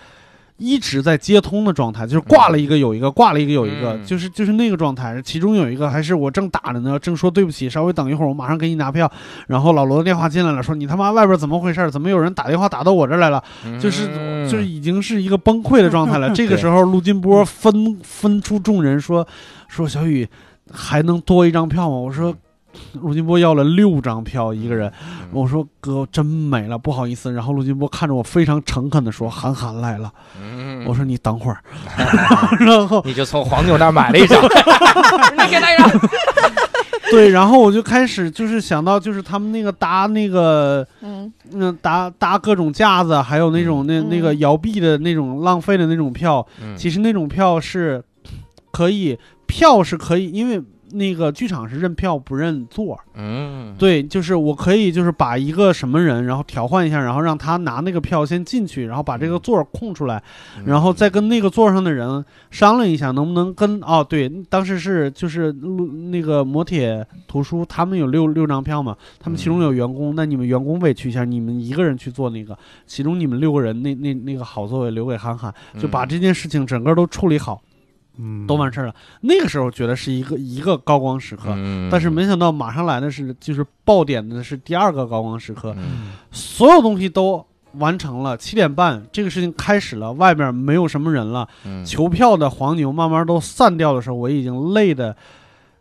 B: 一直在接通的状态，就是挂了一个有一个，挂了一个有一个，
A: 嗯
B: 就是就是那个状态。其中有一个还是我正打着呢，正说对不起，稍微等一会儿，我马上给你拿票。然后老罗的电话进来了，说你他妈外边怎么回事？怎么有人打电话打到我这儿来了？
A: 嗯
B: 就是就是已经是一个崩溃的状态了。这个时候，陆金波分分出众人说说小雨还能多一张票吗？我说。陆金波要了六张票，一个人，
A: 嗯
B: 我说哥真没了，不好意思。然后陆金波看着我，非常诚恳的说：“韩寒来了。”我说：“你等会儿。”然后
A: 嗯你就从黄牛那儿买了一 张，你 给他一张，
B: 对，然后我就开始就是想到就是他们那个搭那个
D: 嗯
B: 那搭搭各种架子，还有那种那
D: 嗯
B: 那个摇臂的那种浪费的那种票，
A: 嗯
B: 其实那种票是可以票是可以，因为那个剧场是认票不认座儿，
A: 嗯，
B: 对，就是我可以就是把一个什么人，然后调换一下，然后让他拿那个票先进去，然后把这个座儿空出来，
A: 嗯，
B: 然后再跟那个座上的人商量一下，能不能跟哦，对，当时是就是路那个摩铁图书，他们有六六张票嘛，他们其
A: 嗯
B: 中有员工，那你们员工委屈一下，你们一个人去做那个，其中你们六个人那那那个好座位留给韩寒，
A: 嗯
B: 就把这件事情整个都处理好，
C: 嗯，
B: 都完事儿了。那个时候觉得是一个一个高光时刻，
A: 嗯，
B: 但是没想到马上来的是就是爆点的是第二个高光时刻，
A: 嗯，
B: 所有东西都完成了，七点半这个事情开始了，外面没有什么人了，
A: 嗯
B: 求票的黄牛慢慢都散掉的时候，我已经累的，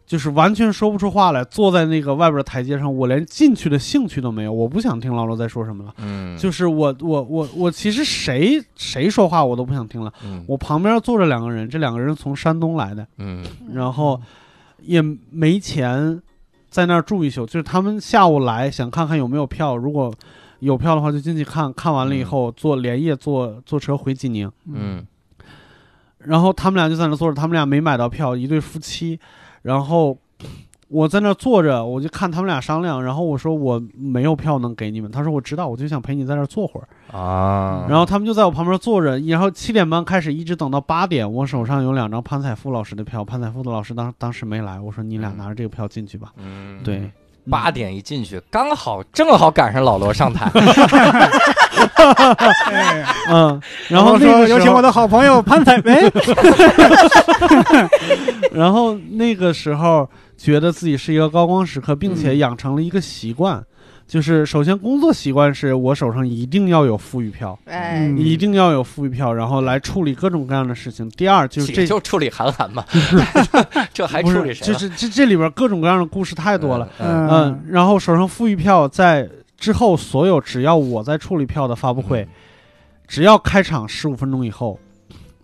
B: 就是完全说不出话来，坐在那个外边的台阶上，我连进去的兴趣都没有，我不想听老罗在说什么了。
A: 嗯，
B: 就是我我我我其实谁谁说话我都不想听了。
A: 嗯
B: 我旁边坐着两个人，这两个人从山东来的，
A: 嗯
B: 然后也没钱在那儿住一宿，就是他们下午来想看看有没有票，如果有票的话就进去看看完了以后坐连夜坐坐车回济宁，
A: 嗯
B: 然后他们俩就在那坐着，他们俩没买到票，一对夫妻，然后。我在那儿坐着，我就看他们俩商量，然后我说我没有票能给你们，他说我知道，我就想陪你在那儿坐会儿，
A: 啊，
B: 然后他们就在我旁边坐着，然后七点半开始，一直等到八点。我手上有两张潘采夫老师的票，潘采夫的老师当当时没来，我说你俩拿着这个票进去吧。
A: 嗯
B: 对，
A: 八
B: 点
A: 点一进去，刚好正好赶上老罗上台，
C: 哎哎
B: 嗯，然后那
C: 说
B: 个时
C: 有请我
B: 候，
C: 的好朋友潘彩梅，
B: 然后那个时候觉得自己是一个高光时刻，并
A: 嗯
B: 且养成了一个习惯，就是首先工作习惯是我手上一定要有富裕票。
D: 哎，
C: 嗯
B: 一定要有富裕票，然后来处理各种各样的事情。第二就是这
A: 也就处理韩寒嘛， 这还
B: 不
A: 处
B: 是
A: 理谁
B: 这
A: 了？
B: 这这这里边各种各样的故事太多了。
A: 嗯，
B: 嗯，然后手上富裕票在之后所有只要我在处理票的发布
A: 嗯
B: 会，只要开场十五分钟以后，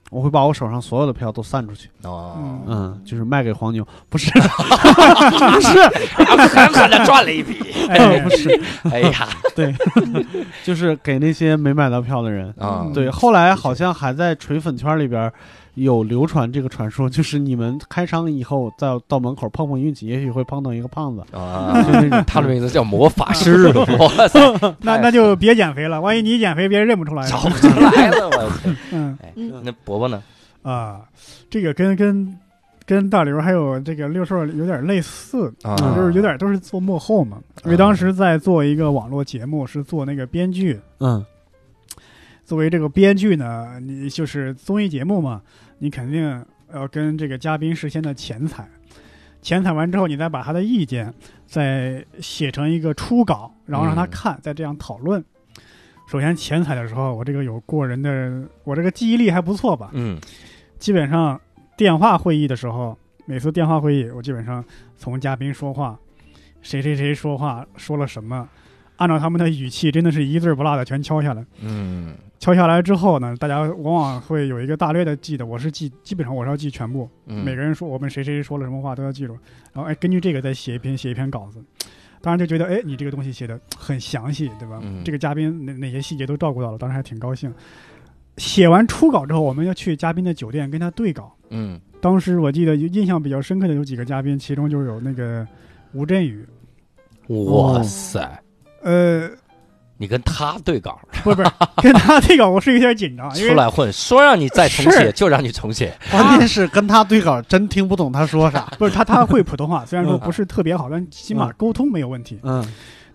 B: 我会把我手上所有的票都散出去，
A: 哦，
B: 嗯，就是卖给黄牛，不是，不是，
A: 狠狠的赚了一笔，
C: 哎
B: 不是，
A: 哎呀，
B: 对，就是给那些没买到票的人。
A: 啊，
B: 嗯对，后来好像还在锤粉圈里边有流传这个传说，就是你们开场以后再到门口碰碰运气，也许会碰到一个胖子，
A: 啊
B: 就，那种
A: 他的名字叫魔法师， 哇塞，
B: 哎
C: 那那就别减肥了，万一你减肥，别人认不出来了。
A: 找不出来了，我天，
C: 嗯
D: 嗯
A: 那伯伯呢？
C: 啊，这个跟跟跟大刘还有这个六兽有点类似，
A: 啊
C: 就是嗯有点都是做幕后嘛，因为当时在做一个网络节目，是做那个编剧。
B: 嗯
A: 啊
C: 作为这个编剧呢，你就是综艺节目嘛，你肯定要跟这个嘉宾事先的前采，前采完之后，你再把他的意见再写成一个初稿，然后让他
A: 嗯
C: 看，再这样讨论。首先前采的时候，我这个有过人的，我这个记忆力还不错吧，
A: 嗯
C: 基本上电话会议的时候，每次电话会议，我基本上从嘉宾说话，谁谁谁说话说了什么，按照他们的语气，真的是一字不落的全敲下来。
A: 嗯
C: 敲下来之后呢，大家往往会有一个大略的记得，我是记，基本上我是要记全部，
A: 嗯，
C: 每个人说我们谁谁谁说了什么话都要记住，然后哎，根据这个再写一篇写一篇稿子。当然就觉得哎，你这个东西写的很详细，对吧？
A: 嗯
C: 这个嘉宾哪哪些细节都照顾到了，当时还挺高兴。写完初稿之后，我们要去嘉宾的酒店跟他对稿。
A: 嗯
C: 当时我记得印象比较深刻的有几个嘉宾，其中就有那个吴镇宇，
A: 哇塞，
C: 呃，
A: 你跟他对稿
C: 不是 不是，跟他对稿我是有点紧啊张，因
A: 出
C: 为
A: 来混，说让你再重写
C: 是
A: 就让你重写，
B: 关键是跟他对稿，真听不懂他说啥。
C: 不是他他会普通话，虽然
A: 嗯
C: 说不是特别好，但起码
B: 嗯
C: 沟通没有问题。
B: 嗯，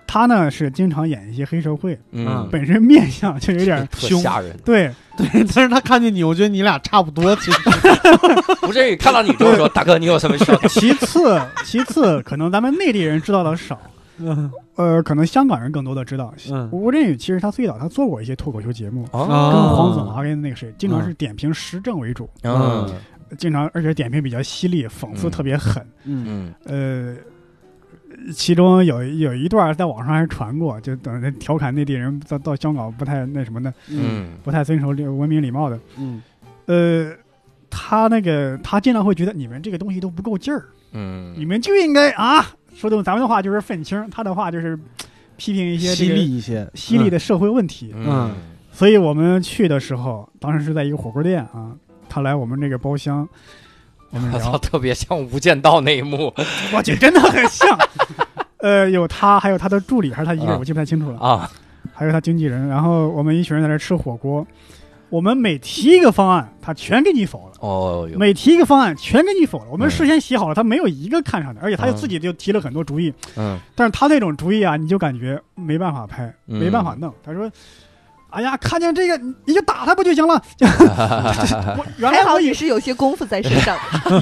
C: 他呢是经常演一些黑社会，
A: 嗯，
C: 本身面相就有点
A: 特
B: 凶
A: 吓人。
C: 对，
B: 对， 但是他看见你，我觉得你俩差不多，其实
A: 吴镇宇看到你就说：“大哥，你有什么需要
C: 其次，其次，可能咱们内地人知道的少，
B: 嗯
C: 呃，可能香港人更多的知道。
B: 嗯
C: 吴镇宇其实他最早他做过一些脱口秀节目，跟
B: 哦
C: 黄子华跟那个谁，经常是点评时政为主，
A: 嗯
C: 经常而且点评比较犀利，讽刺
A: 嗯
C: 特别狠。
B: 嗯
A: 嗯
C: 呃，其中有有一段在网上还传过，就等人调侃内地人到到香港不太那什么的，
A: 嗯
C: 不太遵守礼文明礼貌的。
B: 嗯
C: 呃，他那个他经常会觉得你们这个东西都不够劲儿。你
A: 嗯
C: 们就应该啊，说的咱们的话就是愤青，他的话就是批评一些这
B: 犀
C: 个
B: 利一些，
C: 犀利的社会问题。
A: 嗯
C: 所以我们去的时候，当时是在一个火锅店啊，他来我们这个包厢，我 们
A: 我操，
C: 聊，
A: 特别像《无间道》那一幕
C: 我去，真的很像。呃，有他，还有他的助理，还是他一个人，
A: 啊
C: 我记不太清楚了。
A: 啊，
C: 还有他经纪人，然后我们一群人在那儿吃火锅，我们每提一个方案，他全给你否了。
A: 哦哟，
C: 每提一个方案全给你否了，我们
A: 嗯
C: 事先写好了，他没有一个看上的，而且他就
A: 嗯
C: 自己就提了很多主意，
A: 嗯，
C: 但是他那种主意啊，你就感觉没办法拍，
A: 嗯
C: 没办法弄。他说：“哎呀，看见这个你你就打他不就行了？” 我原
D: 还
C: 来
D: 好
C: 我
D: 你
C: 以
D: 是有些功夫在身上，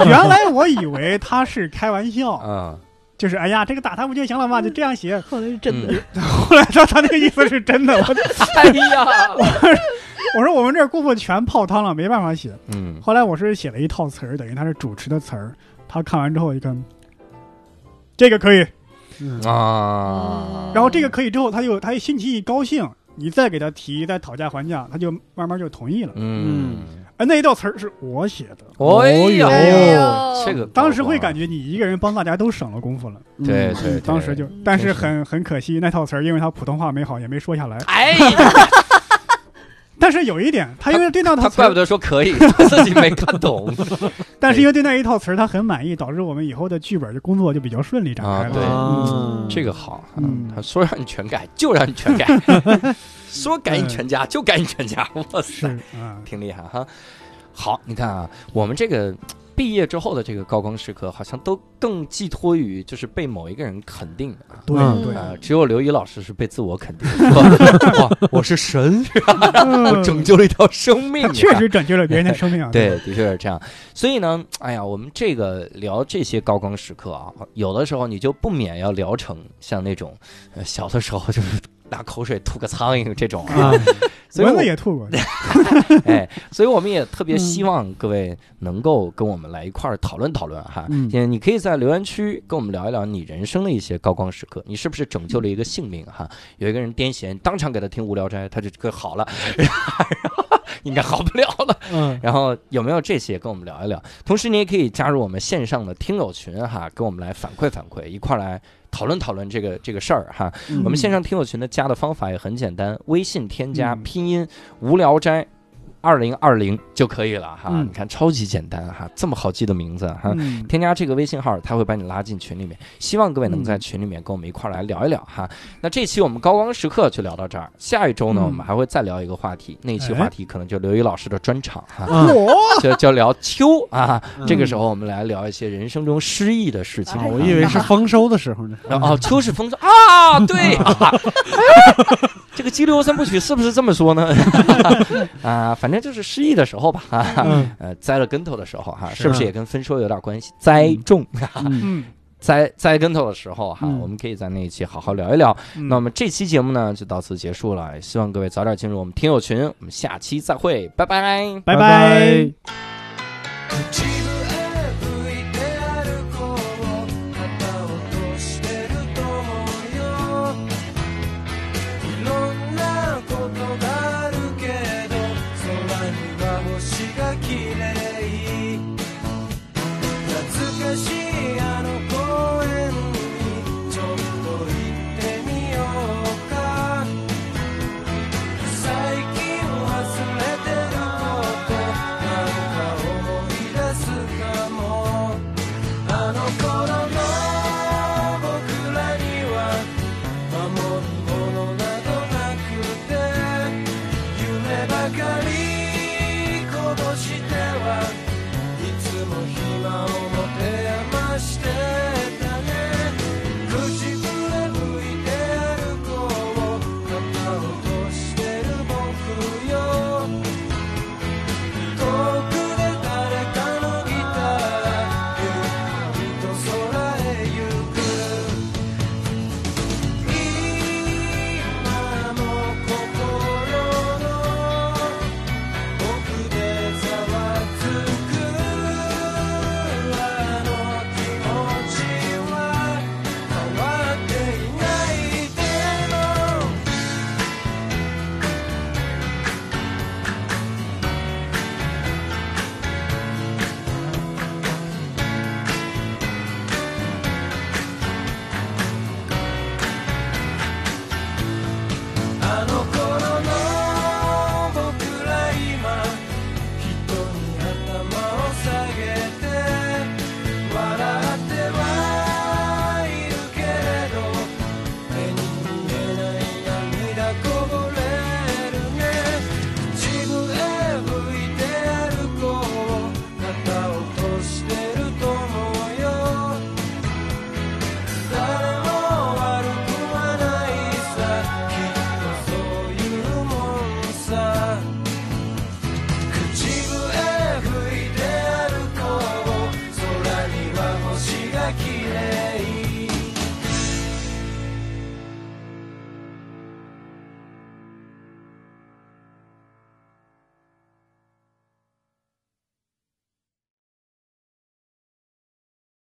C: 原来我以为他是开玩笑，
A: 嗯，
C: 就是哎呀，这个打他不就行了吗？就这样写。
D: 可能是真的。
C: 后来说他那个意思是真的，我
A: 嗯哎呀，
C: 我说我们这儿功夫全泡汤了，没办法写。
A: 嗯，
C: 后来我是写了一套词儿，等于他是主持的词儿，他看完之后一看，这个可以，
B: 嗯
A: 啊，
C: 然后这个可以之后，他就他心情一高兴，你再给他提，再讨价还价，他就慢慢就同意了。
A: 嗯，
C: 哎，那一道词儿是我写的，
A: 哦
B: 哎
D: 呦
A: 这个高
C: 当时会
A: 光
C: 感觉你一个人帮大家都省了功夫了。
A: 对
B: 嗯
A: 对，对
C: 当时就，但是很很可惜，那套词儿因为他普通话没好，也没说下来。
A: 哎，
C: 但是有一点，他因为对那套
A: 他
C: 词
A: 怪
C: 儿
A: 不，得说可以，他自己没看懂
C: 但是因为对那一套词儿他很满意，导致我们以后的剧本就工作就比较顺利展开
A: 啊
C: 了。
A: 对
B: 啊
D: 嗯
A: 这个好，
C: 嗯
A: 他说让你全改就让你全改，说改你全家就改你全家，哇
C: 是
A: 塞，
C: 啊，
A: 挺厉害哈。好，你看啊，我们这个毕业之后的这个高光时刻，好像都更寄托于就是被某一个人肯定啊。
C: 对
B: 嗯
C: 对，
A: 啊，只有刘一老师是被自我肯定，说哇，我是 神，我
C: 我
A: 拯救了一条生命
C: 他
A: 啊，
C: 啊确实拯救了别人的生命啊。
A: 对，的确是这样。所以呢，哎呀，我们这个聊这些高光时刻啊，有的时候你就不免要聊成像那种、呃小的时候就是拿口水吐个苍蝇这种 啊。
B: 啊，
A: 所以
C: 蚊
A: 我
C: 子也吐过。
A: 哎，所以我们也特别希望各位能够跟我们来一块儿讨论讨论哈。
B: 嗯
A: 也你可以在留言区跟我们聊一聊你人生的一些高光时刻，你是不是拯救了一个性命哈？有一个人癫痫，当场给他听《无聊斋》，他就可好了， 应该好不了了。
B: 嗯
A: 然后有没有这些跟我们聊一聊？同时，你也可以加入我们线上的听友群哈，跟我们来反馈反馈，一块儿来讨论讨论这个这个事儿哈。
B: 嗯
A: 我们线上听友群的加的方法也很简单，微信添加
C: 嗯
A: 拼音“无聊斋”。二零二零就可以了哈，
B: 嗯
A: 你看超级简单哈，这么好记的名字哈，
C: 嗯
A: 添加这个微信号，他会把你拉进群里面。希望各位能在
B: 嗯
A: 群里面跟我们一块儿来聊一聊哈。那这期我们高光时刻就聊到这儿，下一周呢，
C: 嗯
A: 我们还会再聊一个话题，那一期
C: 哎
A: 话题可能就刘一老师的专场哈，
B: 嗯
A: 就就聊秋啊。
B: 嗯
A: 这个时候我们来聊一些人生中诗意的事情。
B: 啊，我以为是丰收的时候 呢。
A: 然 后哦，秋是丰收啊，对啊，哎这个《激流三部曲》是不是这么说呢？ 啊，反正就是失意的时候吧，啊、
C: 嗯
A: 呃，栽了跟头的时候哈、
C: 是
A: 是不是也跟丰收有点关系？栽种，
B: 啊嗯
C: 嗯，
A: 栽栽跟头的时候哈、
B: 嗯
A: 我们可以在那一期好好聊一聊。那我
C: 么
A: 们这期节目呢，就到此结束了，也希望各位早点进入我们听友群，我们下期再会，拜拜。
C: 拜拜。
E: 「口笛吹いて歩こう」「旗落としてると思うよ」「いろんなことがあるけど空には星が綺麗懐かしいあの公園にちょっと行ってみようか」最近忘れてることなんか思い出すかもあの頃の僕らには守るものなどなくて夢ばかり殺してはいつも暇を持て余してた